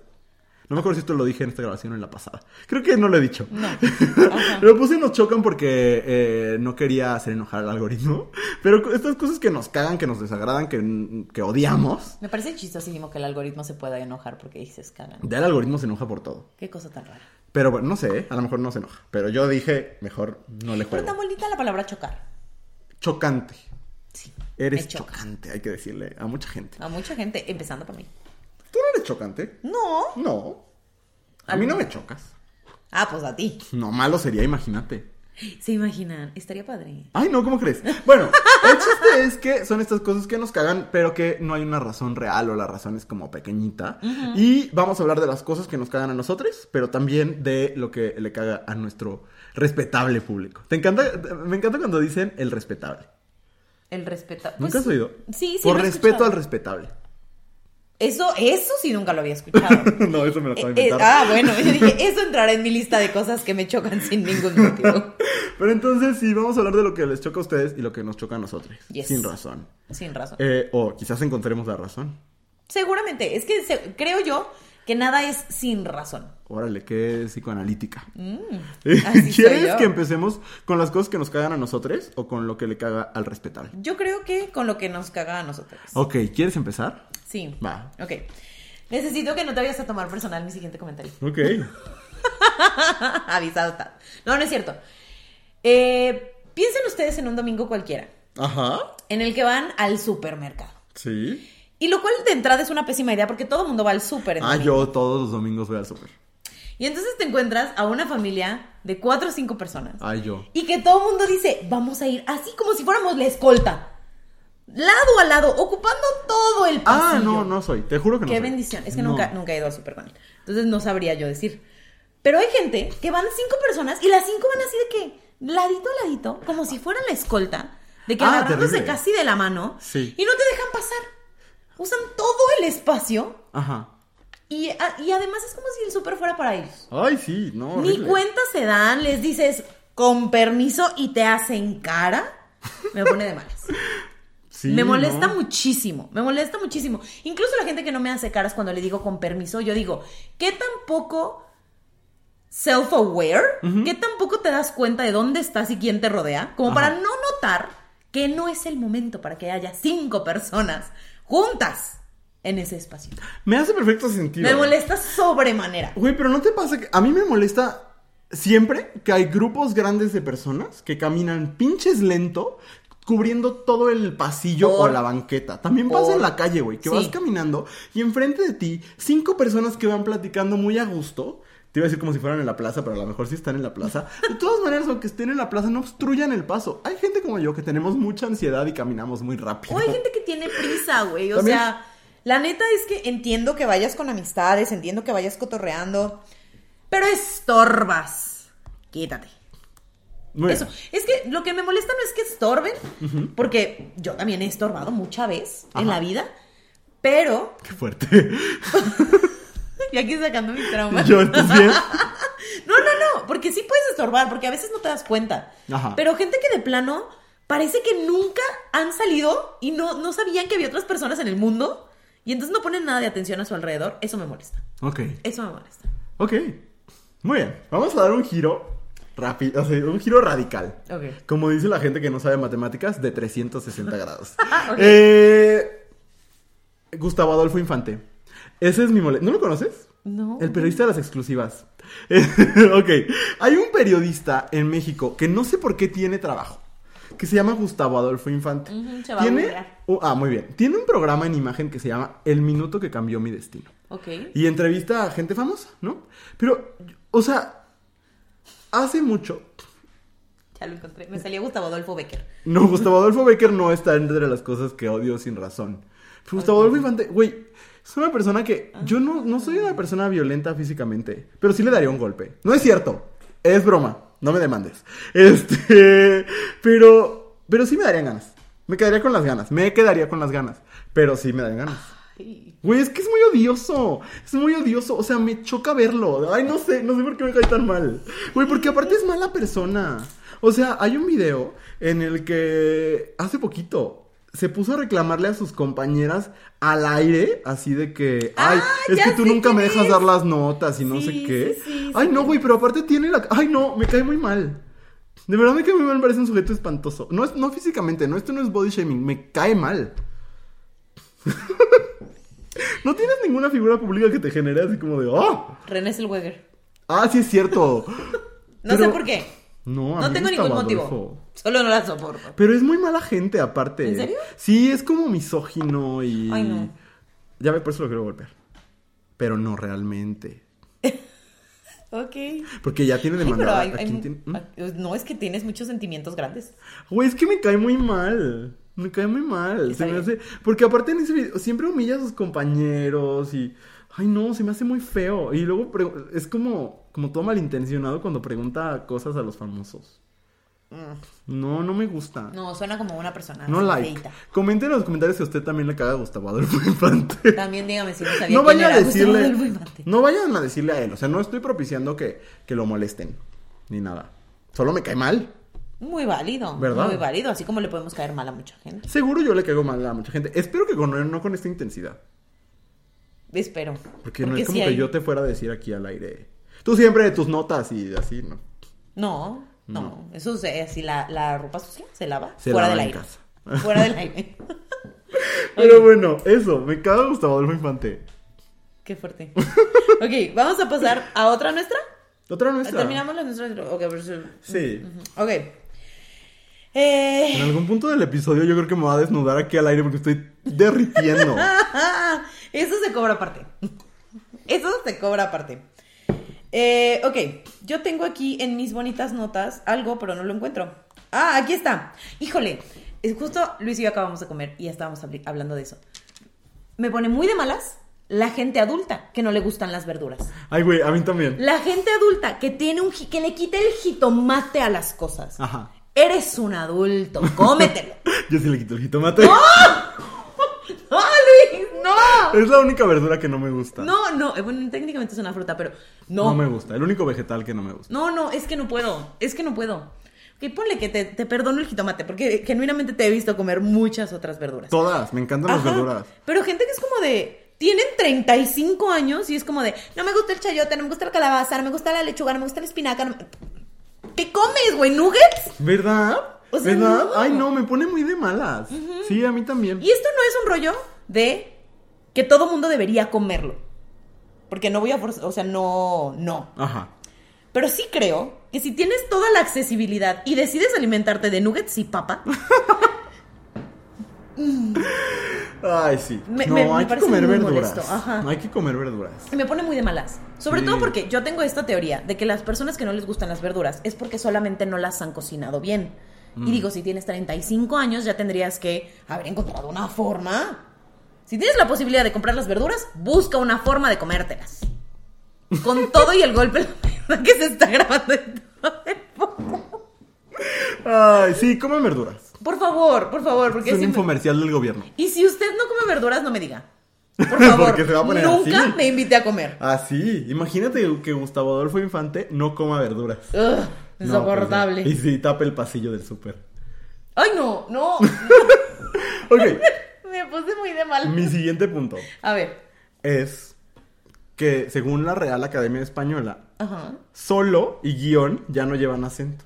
Speaker 1: No me acuerdo si esto lo dije en esta grabación o en la pasada. Creo que no lo he dicho.
Speaker 2: No.
Speaker 1: Lo puse nos chocan porque eh, no quería hacer enojar al algoritmo. Pero cu- estas cosas que nos cagan, que nos desagradan, que, que odiamos.
Speaker 2: Me parece chistosísimo que el algoritmo se pueda enojar porque dices, cagan.
Speaker 1: Ya el algoritmo se enoja por todo.
Speaker 2: Qué cosa tan rara.
Speaker 1: Pero bueno, no sé, ¿eh? a lo mejor no se enoja. Pero yo dije, mejor no le
Speaker 2: Pero
Speaker 1: juego.
Speaker 2: tan bonita la palabra chocar.
Speaker 1: Chocante.
Speaker 2: Sí.
Speaker 1: Eres
Speaker 2: me choca.
Speaker 1: chocante, hay que decirle a mucha gente.
Speaker 2: A mucha gente, empezando por mí.
Speaker 1: ¿Tú no eres chocante?
Speaker 2: No.
Speaker 1: No. A mí no me chocas.
Speaker 2: Ah, pues a ti.
Speaker 1: No, malo sería, imagínate.
Speaker 2: Se imaginan. Estaría padre.
Speaker 1: Ay, no, ¿cómo crees? Bueno, el chiste es que son estas cosas que nos cagan, pero que no hay una razón real o la razón es como pequeñita. Y vamos a hablar de las cosas que nos cagan a nosotros, pero también de lo que le caga a nuestro respetable público. ¿Te encanta? Me encanta cuando dicen el respetable.
Speaker 2: El respeto. pues,
Speaker 1: ¿Nunca has oído?
Speaker 2: Sí, sí.
Speaker 1: Por
Speaker 2: lo he
Speaker 1: respeto
Speaker 2: escuchado.
Speaker 1: al respetable.
Speaker 2: Eso, eso sí nunca lo había escuchado.
Speaker 1: no, eso me lo acabo de
Speaker 2: Eh, eh,
Speaker 1: inventar.
Speaker 2: ah, bueno, yo dije, eso entrará en mi lista de cosas que me chocan sin ningún motivo.
Speaker 1: Pero entonces sí, vamos a hablar de lo que les choca a ustedes y lo que nos choca a nosotros.
Speaker 2: Yes.
Speaker 1: Sin razón.
Speaker 2: Sin razón.
Speaker 1: Eh, o quizás encontremos la razón.
Speaker 2: Seguramente, es que se- creo yo que nada es sin razón.
Speaker 1: Órale, qué psicoanalítica.
Speaker 2: Mm.
Speaker 1: Eh,
Speaker 2: así soy
Speaker 1: ¿Quieres
Speaker 2: yo.
Speaker 1: que empecemos con las cosas que nos cagan a nosotros o con lo que le caga al respetable?
Speaker 2: Yo creo que con lo que nos caga a nosotros.
Speaker 1: Ok, ¿quieres empezar?
Speaker 2: Sí.
Speaker 1: Va.
Speaker 2: Ok. Necesito que no te vayas a tomar personal mi siguiente comentario.
Speaker 1: Ok.
Speaker 2: Avisado está. No, no es cierto. Eh, piensen ustedes en un domingo cualquiera,
Speaker 1: Ajá.
Speaker 2: en el que van al supermercado.
Speaker 1: Sí.
Speaker 2: Y lo cual de entrada es una pésima idea porque todo el mundo va al súper. en
Speaker 1: Ah,
Speaker 2: domingo.
Speaker 1: yo todos los domingos voy al súper.
Speaker 2: Y entonces te encuentras a una familia de cuatro o cinco personas.
Speaker 1: Ah, yo.
Speaker 2: Y que todo el mundo dice, vamos a ir así como si fuéramos la escolta. Lado a lado, ocupando todo el pasillo.
Speaker 1: Ah, no, no soy. Te juro que no
Speaker 2: Qué
Speaker 1: soy.
Speaker 2: bendición. Es que
Speaker 1: No.
Speaker 2: nunca, nunca he ido al super con él. Entonces no sabría yo decir. Pero hay gente que van cinco personas y las cinco van así de que ladito a ladito, como si fueran la escolta, de que
Speaker 1: Ah,
Speaker 2: agarrándose
Speaker 1: terrible.
Speaker 2: casi de la mano
Speaker 1: Sí.
Speaker 2: y no te dejan pasar. Usan todo el espacio
Speaker 1: Ajá.
Speaker 2: y, a- y además es como si el super fuera para ellos.
Speaker 1: Ay, sí, no.
Speaker 2: Ni
Speaker 1: horrible.
Speaker 2: cuenta se dan, les dices con permiso y te hacen cara. Me pone de malas.
Speaker 1: Sí,
Speaker 2: me molesta
Speaker 1: no.
Speaker 2: muchísimo, me molesta muchísimo. Incluso la gente que no me hace caras cuando le digo con permiso, yo digo, ¿qué tan poco self-aware? ¿Qué tan poco te das cuenta de dónde estás y quién te rodea? Como para
Speaker 1: Ajá.
Speaker 2: no notar que no es el momento para que haya cinco personas juntas en ese espacio.
Speaker 1: Me hace perfecto sentido.
Speaker 2: Me molesta sobremanera.
Speaker 1: Güey, pero ¿no te pasa que a mí me molesta siempre que hay grupos grandes de personas que caminan pinches lento cubriendo todo el pasillo
Speaker 2: Por-
Speaker 1: o la banqueta? También pasa
Speaker 2: por-
Speaker 1: en la calle, güey, que
Speaker 2: Sí.
Speaker 1: vas caminando y enfrente de ti cinco personas que van platicando muy a gusto. Te iba a decir como si fueran en la plaza, pero a lo mejor sí están en la plaza. De todas maneras, aunque estén en la plaza, no obstruyan el paso. Hay gente como yo que tenemos mucha ansiedad y caminamos muy rápido.
Speaker 2: O hay gente que tiene prisa, güey. O
Speaker 1: También-
Speaker 2: sea, la neta es que entiendo que vayas con amistades, entiendo que vayas cotorreando, pero estorbas. Quítate.
Speaker 1: Muy bien.
Speaker 2: Eso. Es que lo que me molesta no es que estorben, porque yo también he estorbado mucha vez en
Speaker 1: Ajá.
Speaker 2: la vida, pero.
Speaker 1: Qué fuerte.
Speaker 2: Y aquí sacando mis traumas.
Speaker 1: yo, ¿estás bien?
Speaker 2: No, no, no, porque sí puedes estorbar, porque a veces no te das cuenta.
Speaker 1: Ajá.
Speaker 2: Pero gente que de plano parece que nunca han salido y no, no sabían que había otras personas en el mundo y entonces no ponen nada de atención a su alrededor, eso me molesta.
Speaker 1: Ok.
Speaker 2: Eso me molesta.
Speaker 1: Ok. Muy bien. Vamos a dar un giro rápido, o sea, un giro radical.
Speaker 2: Ok.
Speaker 1: Como dice la gente que no sabe matemáticas, de 360 grados.
Speaker 2: Ah, Ok.
Speaker 1: Eh, Gustavo Adolfo Infante. Ese es mi mole. ¿No lo conoces?
Speaker 2: No.
Speaker 1: El periodista de las exclusivas. ok. Hay un periodista en México que no sé por qué tiene trabajo. Que se llama Gustavo Adolfo Infante.
Speaker 2: Ujú, se va a
Speaker 1: tiene...
Speaker 2: googlear.
Speaker 1: Oh, ah, muy bien. Tiene un programa en imagen que se llama El Minuto que Cambió Mi Destino.
Speaker 2: Ok.
Speaker 1: Y entrevista a gente famosa, ¿no? Pero, o sea, hace mucho.
Speaker 2: Ya lo encontré. Me salía Gustavo Adolfo Becker.
Speaker 1: No, Gustavo Adolfo Becker no está entre las cosas que odio sin razón. Pero Gustavo Adolfo Infante, güey, es una persona que. Yo no, no soy una persona violenta físicamente, pero sí le daría un golpe. No es cierto, es broma. no me demandes. Este, pero, pero sí me darían ganas. Me quedaría con las ganas, me quedaría con las ganas, pero sí me darían ganas.
Speaker 2: Ay,
Speaker 1: Güey, es que es muy odioso. Es muy odioso. O sea, me choca verlo. Ay, no sé, no sé por qué me cae tan mal. Güey, porque aparte es mala persona. O sea, hay un video en el que hace poquito se puso a reclamarle a sus compañeras al aire, así de que, ay,
Speaker 2: Ah,
Speaker 1: es
Speaker 2: ya
Speaker 1: que tú
Speaker 2: sé
Speaker 1: nunca me
Speaker 2: quién
Speaker 1: dejas
Speaker 2: es.
Speaker 1: dar las notas y no sé
Speaker 2: Sí,
Speaker 1: qué.
Speaker 2: sí, sí,
Speaker 1: ay,
Speaker 2: sí,
Speaker 1: no,
Speaker 2: sí.
Speaker 1: güey, pero aparte tiene la... Ay, no, me cae muy mal. De verdad me cae muy mal, me parece un sujeto espantoso. No, es, no físicamente, no, esto no es body shaming, me cae mal. No tienes ninguna figura pública que te genere así como de, ¡oh!
Speaker 2: René Zellweger.
Speaker 1: Ah, sí es cierto.
Speaker 2: No sé
Speaker 1: Pero-
Speaker 2: por qué.
Speaker 1: No, a
Speaker 2: No
Speaker 1: mí
Speaker 2: tengo
Speaker 1: me
Speaker 2: ningún
Speaker 1: gustaba
Speaker 2: motivo.
Speaker 1: Adolfo.
Speaker 2: Solo no la soporto.
Speaker 1: Pero es muy mala gente, aparte.
Speaker 2: ¿En serio?
Speaker 1: Sí, es como misógino y.
Speaker 2: Ay, no.
Speaker 1: Ya ve, por eso lo quiero golpear. Pero no realmente.
Speaker 2: Ok.
Speaker 1: Porque ya tiene
Speaker 2: Ay, pero
Speaker 1: demandada.
Speaker 2: hay-
Speaker 1: ¿A
Speaker 2: hay-
Speaker 1: quién tiene? ¿Mm?
Speaker 2: a- no, es que tienes muchos sentimientos grandes.
Speaker 1: Güey, es que me cae muy mal. Me cae muy mal.
Speaker 2: Está
Speaker 1: Se me hace...
Speaker 2: bien.
Speaker 1: Porque aparte en ese video siempre humilla a sus compañeros y. Ay, no, se me hace muy feo. Y luego pre- es como, como todo malintencionado cuando pregunta cosas a los famosos.
Speaker 2: Mm.
Speaker 1: No, no me gusta. No,
Speaker 2: No, suena como una persona. así,
Speaker 1: like.
Speaker 2: feíta.
Speaker 1: Comenten en los comentarios si a usted también le caga a Gustavo Adolfo Infante.
Speaker 2: También dígame si no sabía
Speaker 1: No
Speaker 2: quién
Speaker 1: vayan a
Speaker 2: era Gustavo
Speaker 1: decirle.
Speaker 2: Adolfo Infante.
Speaker 1: No vayan a decirle a él. O sea, no estoy propiciando que, que lo molesten. Ni nada. Solo me cae mal.
Speaker 2: Muy válido.
Speaker 1: ¿Verdad?
Speaker 2: Muy válido. Así como le podemos caer mal a mucha gente.
Speaker 1: Seguro yo le caigo mal a mucha gente. Espero que con, no con esta intensidad.
Speaker 2: Espero.
Speaker 1: Porque, no es como
Speaker 2: sí
Speaker 1: que
Speaker 2: hay-
Speaker 1: yo te fuera a decir aquí al aire. Tú siempre de tus notas y así, ¿no?
Speaker 2: No, no. Eso se, así la, la ropa sucia se lava.
Speaker 1: Se
Speaker 2: fuera
Speaker 1: lava
Speaker 2: del
Speaker 1: en
Speaker 2: aire.
Speaker 1: casa.
Speaker 2: Fuera del aire.
Speaker 1: Pero bueno, eso. Me caga Gustavo Adolfo Infante.
Speaker 2: Qué fuerte. Ok, vamos a pasar a otra nuestra.
Speaker 1: Otra nuestra.
Speaker 2: Terminamos la nuestra. Ok, pero sí.
Speaker 1: Sí.
Speaker 2: Ok. Eh,
Speaker 1: En algún punto del episodio yo creo que me va a desnudar aquí al aire porque estoy derritiendo.
Speaker 2: Eso se cobra aparte. Eso se cobra aparte. Eh, ok, yo tengo aquí en mis bonitas notas algo, pero no lo encuentro. Ah, aquí está. Híjole, es justo Luis y yo acabamos de comer y ya estábamos habli- hablando de eso. Me pone muy de malas la gente adulta que no le gustan las verduras.
Speaker 1: Ay, güey, a mí también.
Speaker 2: La gente adulta que tiene un ji- que le quita el jitomate a las cosas.
Speaker 1: Ajá.
Speaker 2: Eres un adulto, cómetelo.
Speaker 1: Yo sí le quito el jitomate.
Speaker 2: ¡No, ¡Ah, Luis! ¡No!
Speaker 1: Es la única verdura que no me gusta.
Speaker 2: No, no, eh, bueno, técnicamente es una fruta, pero
Speaker 1: No
Speaker 2: no.
Speaker 1: me gusta. El único vegetal que no me gusta.
Speaker 2: No, no, es que no puedo, es que no puedo. Ok, ponle que te, te perdono el jitomate, porque genuinamente te he visto comer muchas otras verduras.
Speaker 1: Todas, me encantan las
Speaker 2: Ajá,
Speaker 1: verduras.
Speaker 2: Pero gente que es como de. Tienen 35 años y es como de. No me gusta el chayote, no me gusta la calabaza, no me gusta la lechuga, no me gusta la espinaca. no me- ¿Qué comes, güey? ¿Nuggets?
Speaker 1: ¿Verdad?
Speaker 2: O sea,
Speaker 1: ¿Verdad?
Speaker 2: no.
Speaker 1: Ay, no, me pone muy de malas. Sí, a mí también.
Speaker 2: Y esto no es un rollo de que todo mundo debería comerlo. Porque no voy a forzar, o sea, no, no.
Speaker 1: Ajá.
Speaker 2: Pero sí creo que si tienes toda la accesibilidad y decides alimentarte de nuggets y papa,
Speaker 1: Ay, sí.
Speaker 2: Me-
Speaker 1: no,
Speaker 2: me- me
Speaker 1: hay que
Speaker 2: parece
Speaker 1: comer
Speaker 2: muy
Speaker 1: verduras.
Speaker 2: molesto, ajá.
Speaker 1: Hay que comer verduras.
Speaker 2: me pone muy de malas. Sobre
Speaker 1: Sí.
Speaker 2: todo porque yo tengo esta teoría de que las personas que no les gustan las verduras es porque solamente no las han cocinado bien.
Speaker 1: Mm.
Speaker 2: Y digo, si tienes 35 años ya tendrías que haber encontrado una forma. Si tienes la posibilidad de comprar las verduras, busca una forma de comértelas. Con todo y el golpe en la mesa que se está grabando en todo el podcast.
Speaker 1: Ay, sí, coman verduras.
Speaker 2: Por favor, por favor, porque
Speaker 1: Es un
Speaker 2: si me-
Speaker 1: infomercial del gobierno.
Speaker 2: Y si usted no come verduras, no me diga. Por favor,
Speaker 1: Porque se va a poner
Speaker 2: nunca
Speaker 1: así.
Speaker 2: me invite a comer.
Speaker 1: Ah, sí. Imagínate que Gustavo Adolfo Infante no coma verduras.
Speaker 2: Ugh,
Speaker 1: No,
Speaker 2: insoportable.
Speaker 1: pues no. y sí, tapa el pasillo del súper.
Speaker 2: Ay, no, no.
Speaker 1: Ok,
Speaker 2: me puse muy de mal.
Speaker 1: mi siguiente punto.
Speaker 2: A ver.
Speaker 1: es que según la Real Academia Española,
Speaker 2: Ajá.
Speaker 1: solo y guión ya no llevan acento.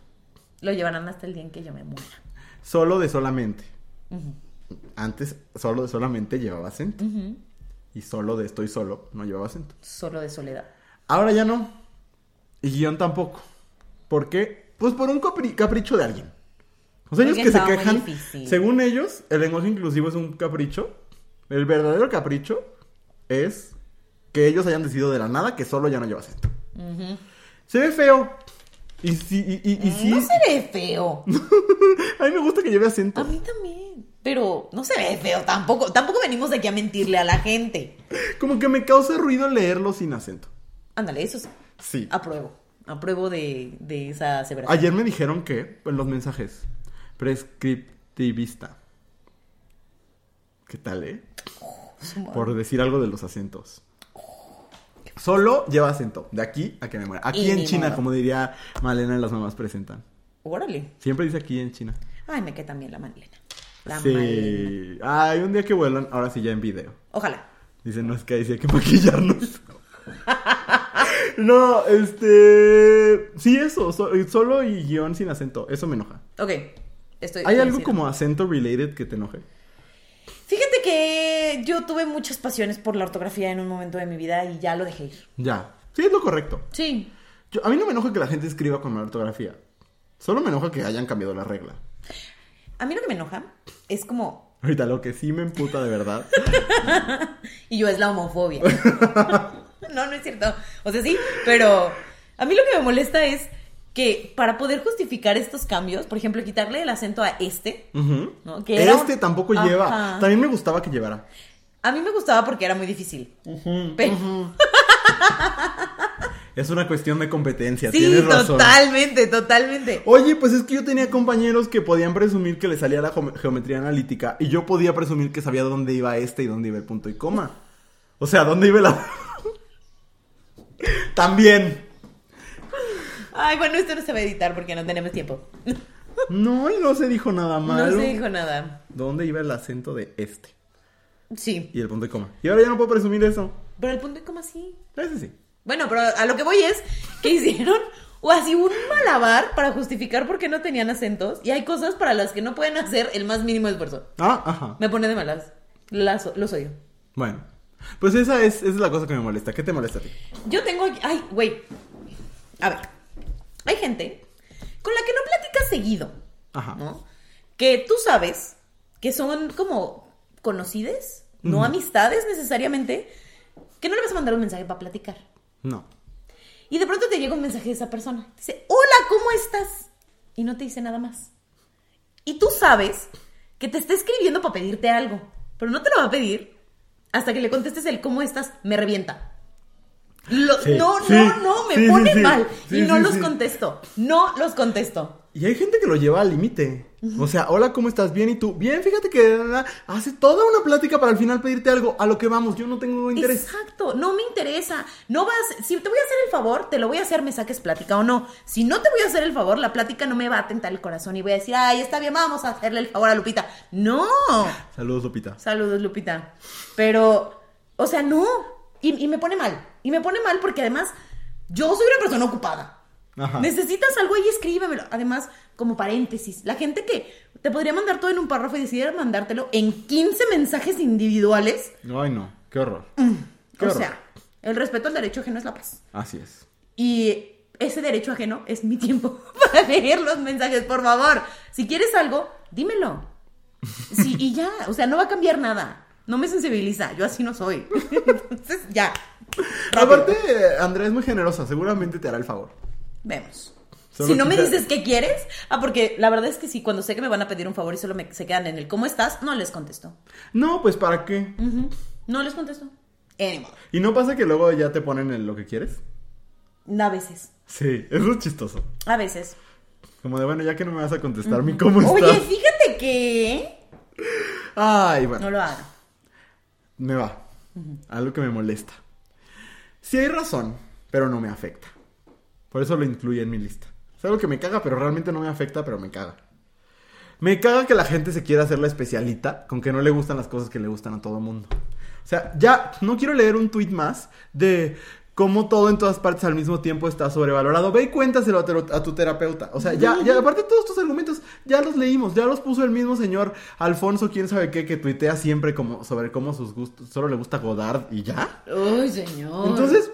Speaker 2: Lo llevarán hasta el día en que yo me muera.
Speaker 1: Solo de solamente. Antes solo de solamente llevaba acento. Y solo de estoy solo no llevaba acento.
Speaker 2: Solo de soledad.
Speaker 1: Ahora ya no. Y guión tampoco. ¿Por qué? Pues por un capri- capricho de alguien. O sea, ellos
Speaker 2: Porque
Speaker 1: que se
Speaker 2: estaba muy
Speaker 1: quejan.
Speaker 2: difícil.
Speaker 1: Según ellos, el lenguaje inclusivo es un capricho. El verdadero capricho es que ellos hayan decidido de la nada que solo ya no lleva acento. Se ve feo. Y sí, y, y- y sí.
Speaker 2: Mm, No se ve feo.
Speaker 1: A mí me gusta que lleve acento.
Speaker 2: A mí también. Pero no se ve feo tampoco. Tampoco venimos de aquí a mentirle a la gente.
Speaker 1: Como que me causa ruido leerlo sin acento.
Speaker 2: Ándale, eso sí.
Speaker 1: Sí.
Speaker 2: Apruebo. Apruebo de, de esa aseveración.
Speaker 1: Ayer me dijeron que, en los mensajes, prescriptivista. ¿Qué tal, eh?
Speaker 2: Su madre.
Speaker 1: Por decir algo de los acentos. Solo lleva acento, de aquí a que me muera. Aquí
Speaker 2: Y
Speaker 1: en
Speaker 2: ni
Speaker 1: China,
Speaker 2: modo.
Speaker 1: como diría Malena en Las Mamás Presentan.
Speaker 2: Órale.
Speaker 1: Siempre dice aquí en China.
Speaker 2: Ay, me queda también la Magdalena. La Magdalena.
Speaker 1: sí. Ay, un día que vuelan, ahora sí ya en video.
Speaker 2: Ojalá.
Speaker 1: Dicen, no, es que ahí sí hay que maquillarnos. no, este... Sí, eso, so- solo y guión sin acento. Eso me enoja.
Speaker 2: Ok. Estoy.
Speaker 1: ¿Hay algo
Speaker 2: coincido.
Speaker 1: como acento related que te enoje?
Speaker 2: Fíjate que yo tuve muchas pasiones por la ortografía en un momento de mi vida y ya lo dejé ir.
Speaker 1: Ya. Sí, es lo correcto.
Speaker 2: Sí.
Speaker 1: Yo- a mí no me enoja que la gente escriba con mala ortografía. Solo me enoja que hayan cambiado la regla.
Speaker 2: A mí lo que me enoja es como.
Speaker 1: Ahorita lo que sí me emputa de verdad.
Speaker 2: Y yo es la homofobia. no, no es cierto. O sea, sí, pero a mí lo que me molesta es que para poder justificar estos cambios, por ejemplo, quitarle el acento a este,
Speaker 1: Ujú.
Speaker 2: ¿no? Que era un-
Speaker 1: Este tampoco
Speaker 2: Ajá.
Speaker 1: lleva. También me gustaba que llevara.
Speaker 2: A mí me gustaba porque era muy difícil. Pero-
Speaker 1: Es una cuestión de competencia.
Speaker 2: Sí,
Speaker 1: tienes razón.
Speaker 2: totalmente, totalmente.
Speaker 1: Oye, pues es que yo tenía compañeros que podían presumir que les salía la geome- geometría analítica y yo podía presumir que sabía dónde iba este y dónde iba el punto y coma. O sea, dónde iba la... También.
Speaker 2: Ay, bueno, esto no se va a editar porque no tenemos tiempo.
Speaker 1: No, y no se dijo nada malo.
Speaker 2: No se dijo nada.
Speaker 1: ¿Dónde iba el acento de este?
Speaker 2: Sí.
Speaker 1: Y el punto y coma. Y ahora ya no puedo presumir eso. Ah,
Speaker 2: Pero el punto es como así.
Speaker 1: Ese sí.
Speaker 2: Bueno, pero a lo que voy es que hicieron o así un malabar para justificar por qué no tenían acentos y hay cosas para las que no pueden hacer el más mínimo esfuerzo.
Speaker 1: Ah, ajá.
Speaker 2: Me pone de malas. Las, los odio.
Speaker 1: Bueno. Pues esa es, esa es la cosa que me molesta. ¿Qué te molesta a ti?
Speaker 2: Yo tengo aquí. Ay, güey. A ver. Hay gente con la que no platicas seguido.
Speaker 1: Ajá.
Speaker 2: ¿No? Que tú sabes que son como conocides, no
Speaker 1: Ujú.
Speaker 2: amistades necesariamente, que no le vas a mandar un mensaje para platicar.
Speaker 1: No.
Speaker 2: Y de pronto te llega un mensaje de esa persona. Te dice, hola, ¿cómo estás? Y no te dice nada más. Y tú sabes que te está escribiendo para pedirte algo, pero no te lo va a pedir hasta que le contestes el cómo estás, me revienta. Lo-
Speaker 1: Sí,
Speaker 2: no,
Speaker 1: sí,
Speaker 2: no, no, me
Speaker 1: sí, sí,
Speaker 2: pone
Speaker 1: sí.
Speaker 2: mal. y
Speaker 1: Sí,
Speaker 2: no
Speaker 1: sí,
Speaker 2: los
Speaker 1: sí.
Speaker 2: contesto. No los contesto.
Speaker 1: Y hay gente que lo lleva al límite. O sea, hola, ¿cómo estás? Bien, ¿y tú? Bien, fíjate que na, na, hace toda una plática para al final pedirte algo. A lo que vamos, yo no tengo interés.
Speaker 2: Exacto, no me interesa. No vas, si te voy a hacer el favor, te lo voy a hacer, me saques plática o no. Si no te voy a hacer el favor, la plática no me va a tentar el corazón y voy a decir, ay, está bien, vamos a hacerle el favor a Lupita. No.
Speaker 1: Saludos, Lupita.
Speaker 2: Saludos, Lupita. Pero, o sea, no. Y, y me pone mal. Y me pone mal porque además yo soy una persona ocupada.
Speaker 1: Ajá.
Speaker 2: Necesitas algo y escríbemelo. Además, como paréntesis, la gente que te podría mandar todo en un párrafo y decidiera mandártelo en 15 mensajes individuales.
Speaker 1: Ay, no. Qué horror. Qué
Speaker 2: Mm. O
Speaker 1: horror.
Speaker 2: sea, el respeto al derecho ajeno es la paz.
Speaker 1: Así es.
Speaker 2: Y ese derecho ajeno es mi tiempo para leer los mensajes, por favor. Si quieres algo, dímelo. Sí, y ya, o sea, no va a cambiar nada. No me sensibiliza, yo así no soy. Entonces, ya. Rápido.
Speaker 1: Aparte, eh, Andrea es muy generosa. Seguramente te hará el favor.
Speaker 2: Vemos.
Speaker 1: Solo
Speaker 2: si no me
Speaker 1: quita-
Speaker 2: dices qué quieres, ah, porque la verdad es que sí, cuando sé que me van a pedir un favor y solo me, se quedan en el ¿cómo estás? No les contesto.
Speaker 1: No, pues ¿para qué?
Speaker 2: Ujú. No les contesto. Anymore.
Speaker 1: ¿Y no pasa que luego ya te ponen en lo que quieres?
Speaker 2: A veces.
Speaker 1: Sí, eso es chistoso.
Speaker 2: A veces.
Speaker 1: Como de, bueno, ya que no me vas a contestar mi cómo
Speaker 2: Oye,
Speaker 1: estás.
Speaker 2: fíjate que. ¿eh?
Speaker 1: Ay, bueno.
Speaker 2: No lo hagan.
Speaker 1: Me va. Algo que me molesta. Sí hay razón, pero no me afecta. Por eso lo incluí en mi lista. Es algo que me caga, pero realmente no me afecta, pero me caga. Me caga que la gente se quiera hacer la especialita con que no le gustan las cosas que le gustan a todo mundo. O sea, ya no quiero leer un tweet más de cómo todo en todas partes al mismo tiempo está sobrevalorado. Ve y cuéntaselo a, tero- a tu terapeuta. O sea, ya, ya, aparte todos tus argumentos ya los leímos, ya los puso el mismo señor Alfonso, quién sabe qué, que tuitea siempre como sobre cómo sus gustos, solo le gusta Godard y ya.
Speaker 2: Uy, señor.
Speaker 1: Entonces,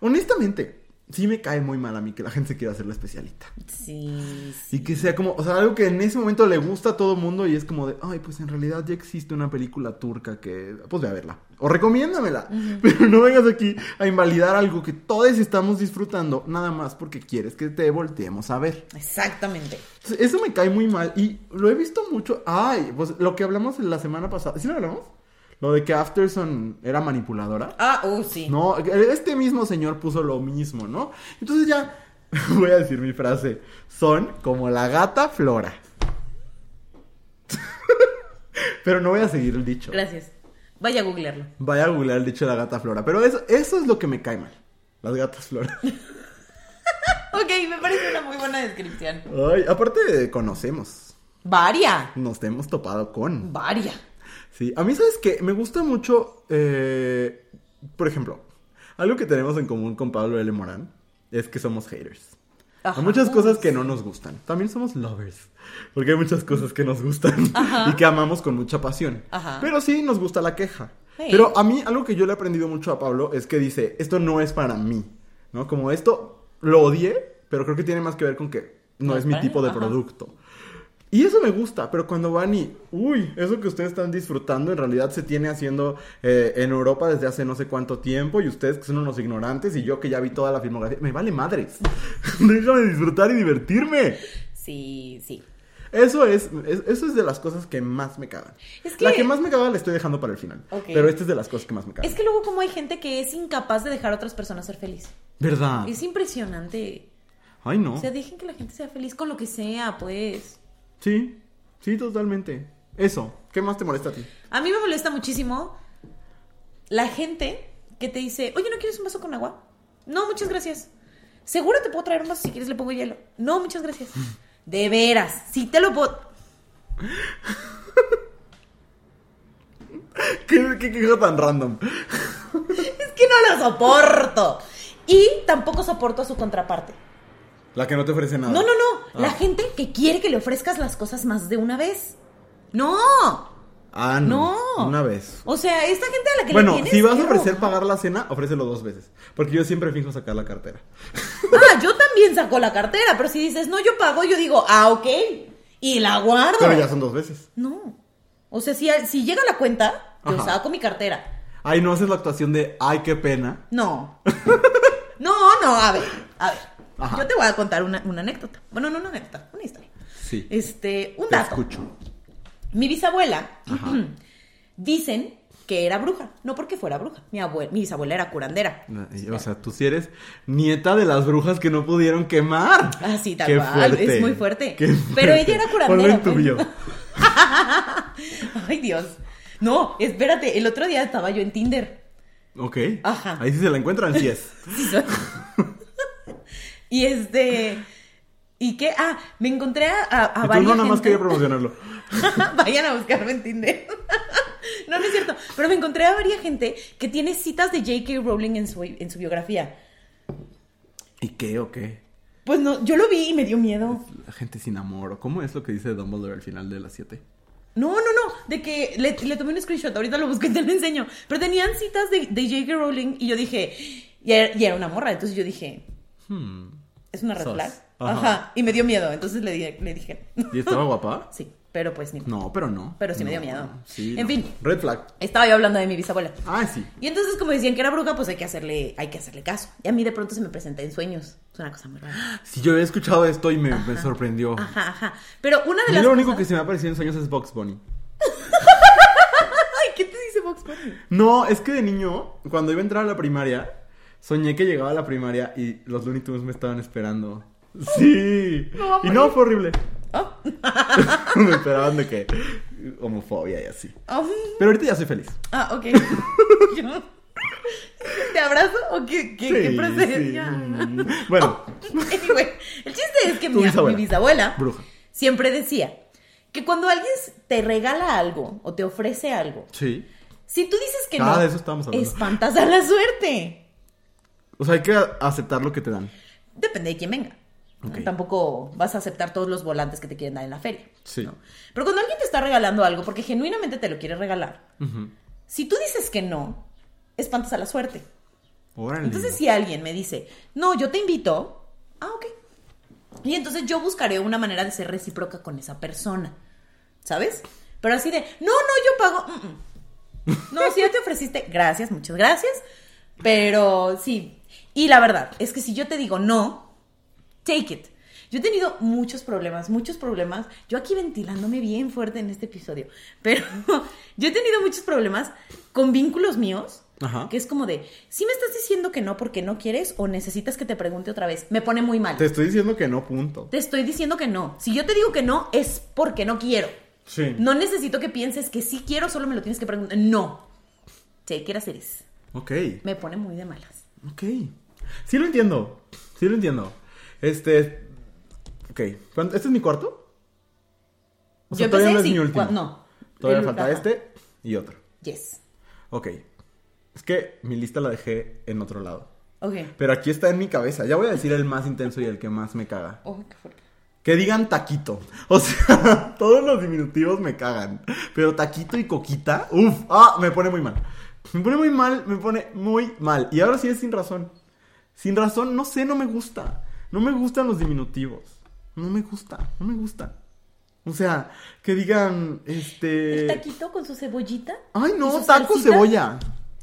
Speaker 1: honestamente, sí me cae muy mal a mí que la gente se quiera hacer la especialita.
Speaker 2: Sí. sí.
Speaker 1: Y que sea como, o sea, algo que en ese momento le gusta a todo mundo y es como de, ay, pues en realidad ya existe una película turca que, pues ve a verla. O recomiéndamela. Pero no vengas aquí a invalidar algo que todos estamos disfrutando, nada más porque quieres que te volteemos a ver.
Speaker 2: Exactamente.
Speaker 1: Entonces, Eso me cae muy mal y lo he visto mucho. Ay, pues lo que hablamos la semana pasada, ¿sí lo hablamos? Lo de que Afterson era manipuladora.
Speaker 2: Ah, uh, sí.
Speaker 1: No, este mismo señor puso lo mismo, ¿no? Entonces ya, voy a decir mi frase. Son como la gata Flora. Pero no voy a seguir el dicho.
Speaker 2: Gracias. Vaya a googlearlo.
Speaker 1: Vaya a googlear el dicho de la gata Flora. Pero eso, eso es lo que me cae mal. Las gatas Flora.
Speaker 2: Ok, me parece una muy buena descripción.
Speaker 1: Ay, aparte, conocemos.
Speaker 2: Varia.
Speaker 1: Nos hemos topado con.
Speaker 2: Varia.
Speaker 1: Sí, a mí sabes que me gusta mucho, eh, por ejemplo, algo que tenemos en común con Pablo L. Morán es que somos haters.
Speaker 2: Ajá.
Speaker 1: Hay muchas cosas que no nos gustan. También somos lovers. Porque hay muchas cosas que nos gustan y que amamos con mucha pasión.
Speaker 2: Ajá.
Speaker 1: Pero sí nos gusta la queja.
Speaker 2: Sí.
Speaker 1: Pero a mí algo que yo le he aprendido mucho a Pablo es que dice, esto no es para mí. ¿No? Como esto lo odié, pero creo que tiene más que ver con que no,
Speaker 2: No
Speaker 1: es
Speaker 2: es
Speaker 1: mi
Speaker 2: para
Speaker 1: tipo
Speaker 2: mí,
Speaker 1: de
Speaker 2: ajá.
Speaker 1: producto. Y eso me gusta, pero cuando van y, uy, eso que ustedes están disfrutando en realidad se tiene haciendo eh, en Europa desde hace no sé cuánto tiempo y ustedes que son unos ignorantes y yo que ya vi toda la filmografía, me vale madres. Déjame disfrutar y divertirme.
Speaker 2: Sí, sí.
Speaker 1: Eso es, es- eso es de las cosas que más me cagan.
Speaker 2: Es que-
Speaker 1: La que más me caga la estoy dejando para el final.
Speaker 2: Ok.
Speaker 1: Pero esta es de las cosas que más me cagan.
Speaker 2: Es que luego como hay gente que es incapaz de dejar a otras personas ser feliz.
Speaker 1: ¿Verdad?
Speaker 2: Es impresionante.
Speaker 1: Ay, no.
Speaker 2: O sea, dejen que la gente sea feliz con lo que sea, pues.
Speaker 1: Sí, sí, totalmente. Eso, ¿qué más te molesta a ti?
Speaker 2: A mí me molesta muchísimo la gente que te dice, oye, ¿no quieres un vaso con agua? No, muchas gracias. Seguro te puedo traer un vaso si quieres, le pongo hielo. No, muchas gracias. De veras, sí te lo puedo...
Speaker 1: ¿Qué, qué queja tan random?
Speaker 2: Es que no lo soporto. Y tampoco soporto a su contraparte.
Speaker 1: La que no te ofrece nada.
Speaker 2: No, no, no. La
Speaker 1: Ah.
Speaker 2: gente que quiere que le ofrezcas las cosas más de una vez. No.
Speaker 1: Ah,
Speaker 2: No.
Speaker 1: no. Una vez.
Speaker 2: O sea, esta gente a la que
Speaker 1: Bueno,
Speaker 2: le tienes
Speaker 1: si vas a
Speaker 2: que
Speaker 1: ofrecer
Speaker 2: rogar-
Speaker 1: pagar la cena, ofrécelo dos veces. Porque yo siempre fijo sacar la cartera.
Speaker 2: Ah, yo también saco la cartera, pero si dices, no, yo pago, yo digo, ah, ok. Y la guardo.
Speaker 1: Pero ya son dos veces.
Speaker 2: No. O sea, si, si llega la cuenta, yo
Speaker 1: Ajá.
Speaker 2: saco mi cartera.
Speaker 1: Ay, no haces la actuación de ay, qué pena.
Speaker 2: No. no, no, a ver, a ver.
Speaker 1: Ajá.
Speaker 2: Yo te voy a contar una, una anécdota. Bueno, no una anécdota, una historia.
Speaker 1: Sí.
Speaker 2: Este, un
Speaker 1: Te
Speaker 2: dato.
Speaker 1: escucho.
Speaker 2: Mi bisabuela,
Speaker 1: Ajá.
Speaker 2: dicen que era bruja. No porque fuera bruja. Mi, abue- mi bisabuela era curandera.
Speaker 1: Ay, O sea, tú sí eres nieta de las brujas que no pudieron quemar.
Speaker 2: Ah, sí, tal
Speaker 1: Qué
Speaker 2: cual,
Speaker 1: fuerte.
Speaker 2: es muy fuerte.
Speaker 1: Qué fuerte.
Speaker 2: Pero ella era curandera,
Speaker 1: Ponlo en tu
Speaker 2: pues.
Speaker 1: bio.
Speaker 2: Ay, Dios. No, espérate, el otro día estaba yo en Tinder.
Speaker 1: Ok.
Speaker 2: Ajá.
Speaker 1: Ahí sí se la encuentran, sí es.
Speaker 2: Sí, soy. y este. ¿Y qué? Ah, me encontré a, a, a
Speaker 1: y tú
Speaker 2: varias
Speaker 1: no nada más
Speaker 2: Ah, gente.
Speaker 1: quería promocionarlo.
Speaker 2: Vayan a buscarme en Tinder. no, no es cierto. Pero me encontré a varias gente que tiene citas de J.K. Rowling en su, en su biografía.
Speaker 1: ¿Y qué o qué?
Speaker 2: Pues no, yo lo vi y me dio miedo.
Speaker 1: La gente sin amor. ¿o ¿Cómo es lo que dice Dumbledore al final de las siete?
Speaker 2: No, no, no, de que le, le tomé un screenshot, ahorita lo busqué y te lo enseño. Pero tenían citas de, de J.K. Rowling y yo dije, y era, y era una morra, entonces yo dije,
Speaker 1: Hmm.
Speaker 2: es una red
Speaker 1: Sos.
Speaker 2: flag. Ajá.
Speaker 1: Ajá.
Speaker 2: y me dio miedo, entonces le, di- le dije,
Speaker 1: ¿Y estaba guapa?
Speaker 2: sí, pero pues ni.
Speaker 1: No, pero no.
Speaker 2: Pero sí me
Speaker 1: No,
Speaker 2: dio miedo.
Speaker 1: Sí.
Speaker 2: En
Speaker 1: no.
Speaker 2: fin.
Speaker 1: Red flag.
Speaker 2: Estaba yo hablando de mi bisabuela.
Speaker 1: Ah, sí.
Speaker 2: Y entonces, como decían que era bruja, pues hay que hacerle, hay que hacerle caso. Y a mí de pronto se me presenta en sueños. Es una cosa muy rara.
Speaker 1: Si yo he escuchado esto y me, me sorprendió.
Speaker 2: Ajá, ajá. Pero una de
Speaker 1: Y
Speaker 2: las.
Speaker 1: lo único que
Speaker 2: cosas-
Speaker 1: se me ha parecido en sueños es Box Bunny.
Speaker 2: Ay, ¿qué te dice Vox Bunny?
Speaker 1: No, es que de niño, cuando iba a entrar a la primaria, soñé que llegaba a la primaria y los Looney Tunes me estaban esperando. Sí.
Speaker 2: Me voy a
Speaker 1: y
Speaker 2: morir.
Speaker 1: no, fue horrible.
Speaker 2: Oh.
Speaker 1: me esperaban de que homofobia y así.
Speaker 2: Um,
Speaker 1: Pero ahorita ya soy feliz.
Speaker 2: Ah, ok. Yo- ¿Te abrazo o qué, qué, qué
Speaker 1: Sí,
Speaker 2: procede?
Speaker 1: sí. Bueno,
Speaker 2: Anyway, el chiste es que
Speaker 1: Tu
Speaker 2: mi,
Speaker 1: bisabuela.
Speaker 2: mi bisabuela
Speaker 1: Bruja.
Speaker 2: siempre decía que cuando alguien te regala algo o te ofrece algo,
Speaker 1: sí.
Speaker 2: si tú dices que
Speaker 1: Ah,
Speaker 2: no,
Speaker 1: de eso estábamos hablando.
Speaker 2: espantas a la suerte.
Speaker 1: O sea, hay que aceptar lo que te dan.
Speaker 2: Depende de quién venga.
Speaker 1: Ok.
Speaker 2: Tampoco vas a aceptar todos los volantes que te quieren dar en la feria.
Speaker 1: Sí.
Speaker 2: ¿no? Pero cuando alguien te está regalando algo porque genuinamente te lo quiere regalar,
Speaker 1: Ujú.
Speaker 2: si tú dices que no, espantas a la suerte.
Speaker 1: Órale.
Speaker 2: Entonces, si alguien me dice, no, yo te invito, ah, ok. Y entonces yo buscaré una manera de ser recíproca con esa persona, ¿sabes? Pero así de, no, no, yo pago. mm, mm". No, si ya te ofreciste, gracias, muchas gracias. Pero sí. Y la verdad es que si yo te digo no, take it. Yo he tenido muchos problemas, muchos problemas. Yo aquí ventilándome bien fuerte en este episodio. Pero yo he tenido muchos problemas con vínculos míos
Speaker 1: Ajá.
Speaker 2: Que es como de, si me estás diciendo que no porque no quieres o necesitas que te pregunte otra vez, me pone muy mal.
Speaker 1: Te estoy diciendo que no, punto.
Speaker 2: Te estoy diciendo que no. Si yo te digo que no, es porque no quiero.
Speaker 1: Sí.
Speaker 2: No necesito que pienses que sí quiero, solo me lo tienes que preguntar. No. Take it as it is.
Speaker 1: Ok,
Speaker 2: Me pone muy de malas.
Speaker 1: ok. Sí lo entiendo, sí lo entiendo. Este, ok. ¿Cuánto- ¿Este es mi cuarto? O sea, todavía no es
Speaker 2: sí,
Speaker 1: mi último.
Speaker 2: cua- No.
Speaker 1: Todavía
Speaker 2: El-
Speaker 1: falta
Speaker 2: ajá.
Speaker 1: este y otro.
Speaker 2: Yes.
Speaker 1: Ok. Es que mi lista la dejé en otro lado.
Speaker 2: Ok.
Speaker 1: Pero aquí está en mi cabeza. Ya voy a decir el más intenso y el que más me caga.
Speaker 2: Oh, qué fuerte.
Speaker 1: Que digan taquito. O sea, todos los diminutivos me cagan. Pero taquito y coquita, uff, ah, me pone muy mal. Me pone muy mal, me pone muy mal. Y ahora sí es sin razón. Sin razón, no sé, no me gusta. No me gustan los diminutivos. No me gusta, no me gusta. O sea, que digan,
Speaker 2: El
Speaker 1: este...
Speaker 2: taquito con su cebollita.
Speaker 1: Ay,
Speaker 2: y
Speaker 1: no,
Speaker 2: su
Speaker 1: taco,
Speaker 2: salsita.
Speaker 1: cebolla.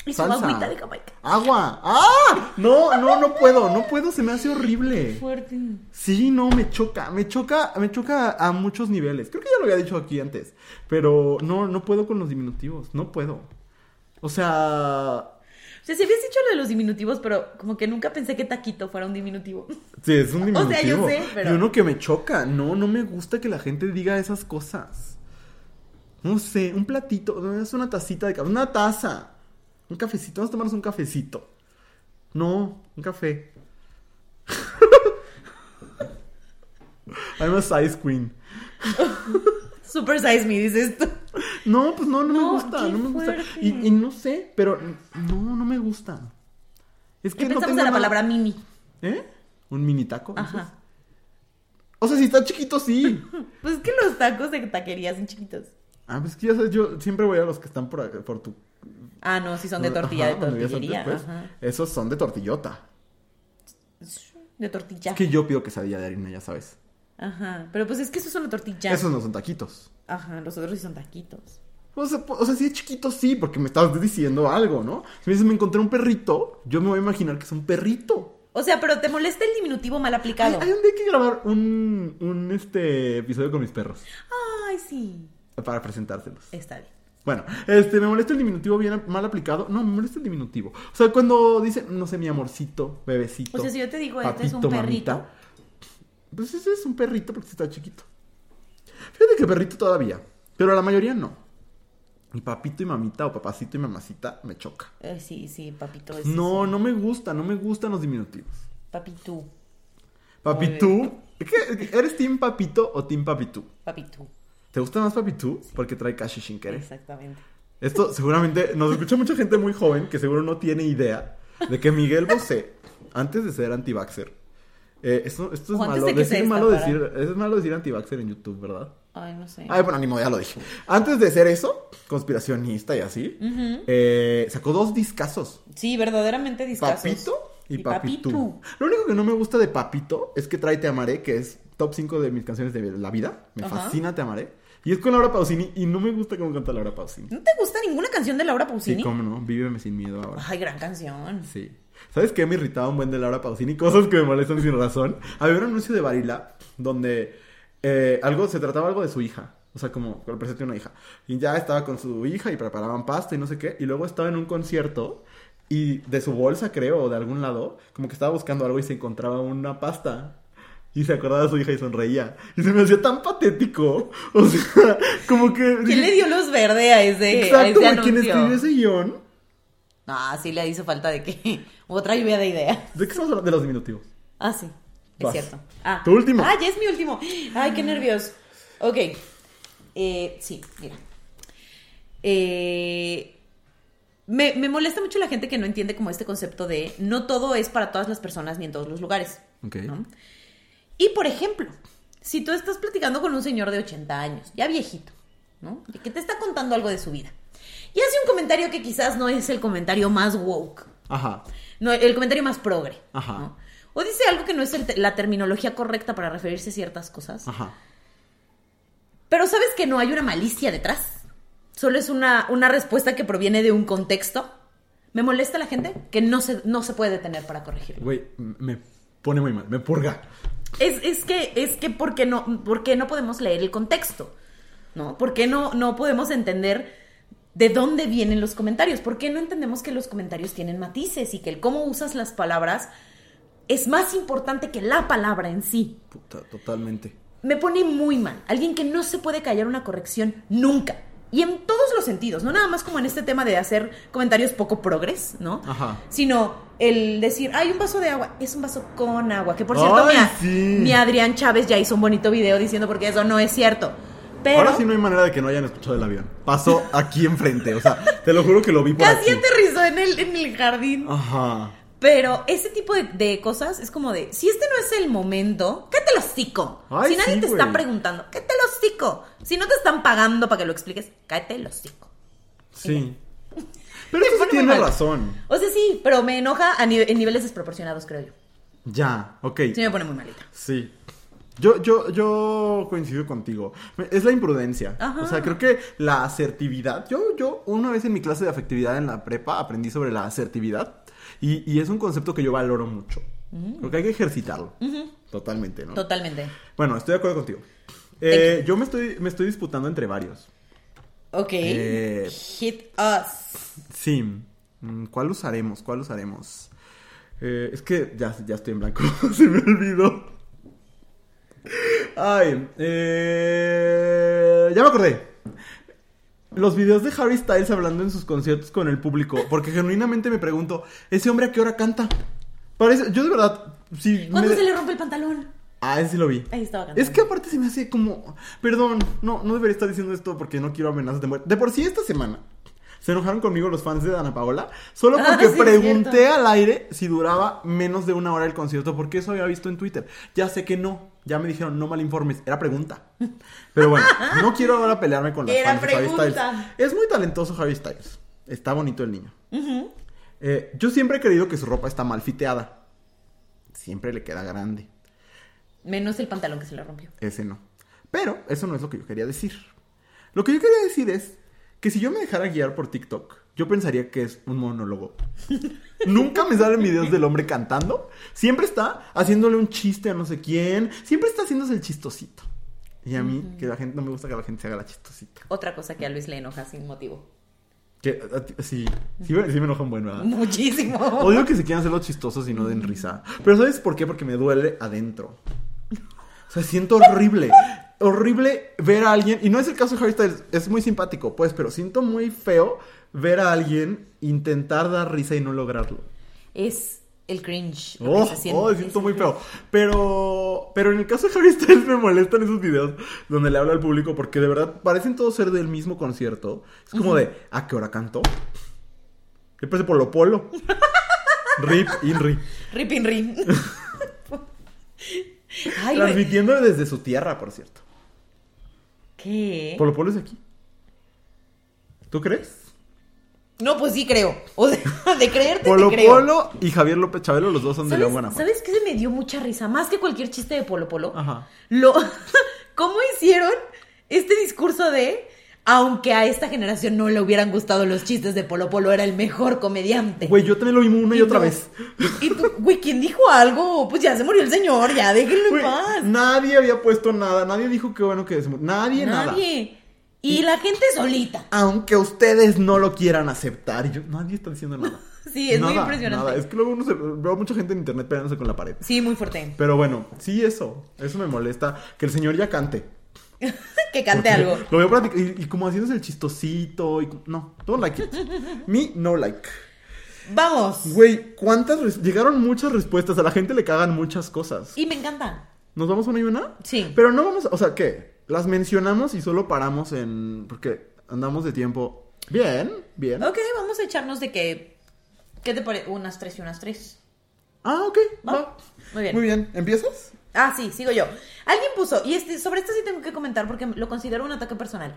Speaker 2: y su agüita de Jamaica.
Speaker 1: Agua. ¡Ah! No, no, no puedo, no puedo, se me hace horrible.
Speaker 2: Fuerte.
Speaker 1: Sí, no, me choca, me choca, me choca a muchos niveles. Creo que ya lo había dicho aquí antes, pero no, no puedo con los diminutivos, no puedo. O sea,
Speaker 2: O sea, si habías dicho lo de los diminutivos, pero como que nunca pensé que taquito fuera un diminutivo.
Speaker 1: sí, es un
Speaker 2: O
Speaker 1: diminutivo.
Speaker 2: sea, yo sé, pero-
Speaker 1: Y uno que me choca, no, no me gusta que la gente diga esas cosas. No sé, un platito, no, es una tacita de café, una taza, un cafecito, vamos a tomarnos un cafecito. No, un café. I'm a size queen.
Speaker 2: Super size me, dices tú.
Speaker 1: No, pues no, no,
Speaker 2: No,
Speaker 1: me gusta,
Speaker 2: qué
Speaker 1: no me gusta.
Speaker 2: fuerte.
Speaker 1: Y, y no sé, pero no, no me gusta. Es
Speaker 2: ¿Qué
Speaker 1: que no tengo
Speaker 2: pensamos de la
Speaker 1: nada-
Speaker 2: palabra mini?
Speaker 1: ¿Eh? ¿Un mini taco? dices?
Speaker 2: Ajá.
Speaker 1: O sea, si está chiquito, sí.
Speaker 2: Pues es que los tacos de taquería son chiquitos.
Speaker 1: Ah, pues que ya sabes, yo siempre voy a los que están por, acá- por tu...
Speaker 2: Ah, no, sí son de tortilla,
Speaker 1: Ajá,
Speaker 2: de
Speaker 1: cuando vivías
Speaker 2: tortillería.
Speaker 1: antes, pues,
Speaker 2: ajá.
Speaker 1: Esos son de tortillota.
Speaker 2: De tortilla.
Speaker 1: Es que yo pido quesadilla de harina, ya sabes.
Speaker 2: Ajá. Pero pues es que eso es una tortilla.
Speaker 1: Esos no son taquitos.
Speaker 2: Ajá, los otros sí son taquitos.
Speaker 1: O sea, po- o sea, si es chiquito, sí, porque me estabas diciendo algo, ¿no? Si me dices, me encontré un perrito, yo me voy a imaginar que es un perrito.
Speaker 2: O sea, pero te molesta el diminutivo mal
Speaker 1: Hay,
Speaker 2: aplicado.
Speaker 1: hay un día que grabar un, un este, episodio con mis perros.
Speaker 2: Ay, sí.
Speaker 1: Para presentárselos.
Speaker 2: Está bien.
Speaker 1: Bueno, este, me molesta el diminutivo bien mal aplicado. No, me molesta el diminutivo. O sea, cuando dicen, no sé, mi amorcito, bebecito.
Speaker 2: O sea, si yo te digo, este es un perrito.
Speaker 1: Pues ese es un perrito porque está chiquito. Fíjate que perrito todavía. Pero a la mayoría no. Y papito y mamita o papacito y mamacita me choca.
Speaker 2: Eh, sí, sí, papito. es-
Speaker 1: No,
Speaker 2: sí.
Speaker 1: no me gusta, no me gustan los diminutivos.
Speaker 2: Papitú,
Speaker 1: Papitú. ¿Qué- ¿Eres team papito o team papitú?
Speaker 2: papitú.
Speaker 1: ¿Te gusta más Papitú? Porque trae Kashi Shinkere.
Speaker 2: Exactamente.
Speaker 1: Esto seguramente nos escucha mucha gente muy joven que seguro no tiene idea de que Miguel Bosé, antes de ser anti-vaxxer, eh, esto, esto es
Speaker 2: O antes
Speaker 1: malo,
Speaker 2: de que se
Speaker 1: decir, malo decir,
Speaker 2: destapara.
Speaker 1: es malo decir anti-vaxxer en YouTube, ¿verdad?
Speaker 2: Ay, no sé.
Speaker 1: Ay, bueno, ánimo, ya lo dije. Antes de ser eso, conspiracionista y así, eh, sacó dos discazos.
Speaker 2: Sí, verdaderamente discasos.
Speaker 1: Papito y, Papitú. Lo único que no me gusta de Papito es que trae Te Amaré, que es top 5 de mis canciones de la vida. Me
Speaker 2: Ajá.
Speaker 1: fascina Te Amaré. Y es con Laura Pausini y no me gusta cómo canta Laura Pausini.
Speaker 2: ¿No te gusta ninguna canción de Laura
Speaker 1: Sí,
Speaker 2: Pausini?
Speaker 1: cómo no. Víveme sin miedo ahora.
Speaker 2: Ay, gran canción.
Speaker 1: Sí. ¿Sabes qué me irritaba un buen de Laura Pausini? Cosas que me molestan sin razón. Había un anuncio de Barilla donde eh, algo, se trataba algo de su hija. O sea, como lo presenté una hija. Y ya estaba con su hija y preparaban pasta y no sé qué. Y luego estaba en un concierto y de su bolsa, creo, o de algún lado, como que estaba buscando algo y se encontraba una pasta. Y se acordaba de su hija y sonreía. Y se me hacía tan patético. O sea, como que...
Speaker 2: ¿Quién le dio luz verde a ese, a
Speaker 1: Exacto,
Speaker 2: ese
Speaker 1: güey, quien
Speaker 2: anuncio?
Speaker 1: escribió ese guión.
Speaker 2: Ah, sí le hizo falta de que otra lluvia de ideas.
Speaker 1: ¿De qué estamos hablando? De los diminutivos.
Speaker 2: Ah, sí. Es
Speaker 1: Vas.
Speaker 2: cierto. Ah.
Speaker 1: Tu último.
Speaker 2: Ah, ya es mi último. Ay, qué nervios. Ok. Eh, sí, mira. Eh, me, me molesta mucho la gente que no entiende como este concepto de no todo es para todas las personas ni en todos los lugares.
Speaker 1: Ok.
Speaker 2: ¿no? Y por ejemplo, si tú estás platicando con un señor de 80 años, ya viejito, ¿no? Y que te está contando algo de su vida. Y hace un comentario que quizás no es el comentario más woke,
Speaker 1: Ajá.
Speaker 2: no, el comentario más progre.
Speaker 1: Ajá.
Speaker 2: ¿no? O dice algo que no es el te- la terminología correcta para referirse a ciertas cosas.
Speaker 1: Ajá.
Speaker 2: Pero sabes que no hay una malicia detrás. Solo es una, una respuesta que proviene de un contexto. Me molesta la gente que no se, no se puede detener para corregirlo.
Speaker 1: Güey, m- me pone muy mal, me purga.
Speaker 2: Es, es que, es que ¿por qué no, por qué no podemos leer el contexto? ¿No? ¿Por qué no, no podemos entender de dónde vienen los comentarios. ¿Por qué no entendemos que los comentarios tienen matices y que el cómo usas las palabras es más importante que la palabra en sí?
Speaker 1: Puta, totalmente.
Speaker 2: Me pone muy mal. Alguien que no se puede callar una corrección nunca. Y en todos los sentidos, no nada más como en este tema de hacer comentarios poco progres, ¿no?
Speaker 1: Ajá.
Speaker 2: Sino el decir, hay un vaso de agua, es un vaso con agua. Que por cierto,
Speaker 1: ¡Ay,
Speaker 2: mi, a-
Speaker 1: sí!
Speaker 2: mi Adrián Chávez ya hizo un bonito video diciendo porque eso no es cierto. Pero.
Speaker 1: Ahora sí no hay manera de que no hayan escuchado el avión. Pasó aquí enfrente, o sea, te lo juro que lo vi por
Speaker 2: Casi
Speaker 1: aquí.
Speaker 2: aterrizó en el, en el jardín.
Speaker 1: Ajá.
Speaker 2: Pero ese tipo de, de cosas es como de, si este no es el momento, ¿qué te lo hocico?
Speaker 1: Ay,
Speaker 2: si nadie
Speaker 1: sí,
Speaker 2: te está
Speaker 1: güey.
Speaker 2: preguntando, ¿qué te lo hocico? Si no te están pagando para que lo expliques, cállate el hocico.
Speaker 1: Sí. Pero
Speaker 2: Me
Speaker 1: eso sí
Speaker 2: pone muy
Speaker 1: tiene
Speaker 2: mal.
Speaker 1: razón.
Speaker 2: O sea, sí, pero me enoja a nive- en niveles desproporcionados, creo yo.
Speaker 1: Ya, ok.
Speaker 2: Sí me pone muy malita.
Speaker 1: Sí. Yo, yo, yo coincido contigo. Es la imprudencia.
Speaker 2: Ajá.
Speaker 1: O sea, creo que la asertividad. Yo, yo, una vez en mi clase de afectividad en la prepa aprendí sobre la asertividad. Y, y es un concepto que yo valoro mucho. Creo que hay que ejercitarlo. Totalmente, ¿no?
Speaker 2: Mm. Totalmente.
Speaker 1: bueno, estoy de acuerdo contigo. Eh, yo me estoy, me estoy disputando entre varios.
Speaker 2: Ok.
Speaker 1: Eh,
Speaker 2: Hit us.
Speaker 1: Sí. Mm, ¿Cuál usaremos? ¿Cuál usaremos? Eh, es que ya, ya estoy en blanco. Se me olvidó. Ay, eh, ya me acordé. Los videos de Harry Styles hablando en sus conciertos con el público. Porque genuinamente me pregunto, ¿ese hombre a qué hora canta? Parece, yo de verdad, si me-
Speaker 2: ¿Cuándo se le rompe el pantalón?
Speaker 1: Ah, ese sí lo vi.
Speaker 2: Ahí estaba cantando.
Speaker 1: Es que aparte se me hace como. Perdón, no, no debería estar diciendo esto porque no quiero amenazas de muerte. De por sí, esta semana se enojaron conmigo los fans de Ana Paola solo
Speaker 2: Ah,
Speaker 1: porque
Speaker 2: sí, es
Speaker 1: pregunté
Speaker 2: cierto.
Speaker 1: al aire si duraba menos de una hora el concierto, porque eso había visto en Twitter. Ya sé que no. Ya me dijeron, no mal informes. Era pregunta. Pero bueno, no quiero ahora pelearme con los
Speaker 2: Era
Speaker 1: fans de Harry Styles.
Speaker 2: pregunta.
Speaker 1: Es muy talentoso Harry Styles. Está bonito el niño. Eh, yo siempre he creído que su ropa está mal fiteada. Siempre le queda grande.
Speaker 2: Menos el pantalón que se le rompió.
Speaker 1: Ese no. Pero eso no es lo que yo quería decir. Lo que yo quería decir es que si yo me dejara guiar por TikTok, yo pensaría que es un monólogo. Nunca me salen videos del hombre cantando. Siempre está haciéndole un chiste a no sé quién. Siempre está haciéndose el chistosito. Y a mí, que la gente no me gusta que la gente se haga la chistosita.
Speaker 2: Otra cosa que a Luis le enoja sin motivo.
Speaker 1: Que, a ti- sí, sí, me- sí me enojan bueno, ¿verdad?
Speaker 2: Muchísimo.
Speaker 1: Odio que se quieran hacer los chistosos y no den risa. Pero ¿sabes por qué? Porque me duele adentro. O sea, siento horrible. Horrible ver a alguien. Y no es el caso de Harry Styles. Es muy simpático, pues, pero siento muy feo ver a alguien intentar dar risa y no lograrlo.
Speaker 2: Es el cringe. lo que
Speaker 1: Oh,
Speaker 2: se siente.
Speaker 1: oh, siento muy feo. Pero, pero en el caso de Harry Styles me molestan esos videos donde le habla al público porque de verdad parecen todos ser del mismo concierto. Es como de, ¿a qué hora cantó? Yo pensé por lo polo. Rip, Inri.
Speaker 2: Ripin rin. Ay, güey.
Speaker 1: Transmitiendo desde su tierra, por cierto.
Speaker 2: ¿Qué?
Speaker 1: Polo Polo es de aquí. ¿Tú crees?
Speaker 2: No, pues sí creo. O sea, de creerte
Speaker 1: Polo
Speaker 2: te creo.
Speaker 1: Polo y Javier López Chabelo, los dos son de
Speaker 2: ¿Sabes,
Speaker 1: León, Guanajuato.
Speaker 2: ¿Sabes qué se me dio mucha risa? Más que cualquier chiste de Polo Polo.
Speaker 1: Ajá.
Speaker 2: Lo, ¿Cómo hicieron este discurso de... Aunque a esta generación no le hubieran gustado los chistes de Polo Polo, era el mejor comediante.
Speaker 1: Güey, yo también lo vimos una y,
Speaker 2: Y
Speaker 1: otra
Speaker 2: tú-
Speaker 1: vez.
Speaker 2: Y tú, güey, ¿quién dijo algo? Pues ya se murió el señor, ya déjenlo
Speaker 1: Güey,
Speaker 2: en paz.
Speaker 1: nadie había puesto nada, nadie dijo que bueno que se mur- Nadie, nada.
Speaker 2: Nadie. Y la gente solita.
Speaker 1: Aunque ustedes no lo quieran aceptar. Y yo, nadie está diciendo nada.
Speaker 2: Sí, es muy
Speaker 1: Nada,
Speaker 2: impresionante.
Speaker 1: nada. Es que luego uno se, veo mucha gente en internet pegándose con la pared.
Speaker 2: Sí, muy fuerte.
Speaker 1: Pero bueno, sí, eso. Eso me molesta. Que el señor ya cante.
Speaker 2: que cante algo.
Speaker 1: Lo veo platicando y, y como haciéndose el chistosito y como- no, don't like it. Me no like.
Speaker 2: Vamos.
Speaker 1: Güey, cuántas res- llegaron muchas respuestas, a la gente le cagan muchas cosas.
Speaker 2: Y me encanta.
Speaker 1: ¿Nos vamos una y una?
Speaker 2: Sí.
Speaker 1: Pero no vamos, a- o sea, ¿qué? Las mencionamos y solo paramos en porque andamos de tiempo. Bien, bien.
Speaker 2: Ok, vamos a echarnos de que. ¿Qué te parece? Unas tres y unas tres.
Speaker 1: Ah, ok.
Speaker 2: Va.
Speaker 1: va.
Speaker 2: Muy bien.
Speaker 1: Muy bien. ¿Empiezas?
Speaker 2: Ah, sí, sigo yo. Alguien puso, y este, sobre esto sí tengo que comentar porque lo considero un ataque personal.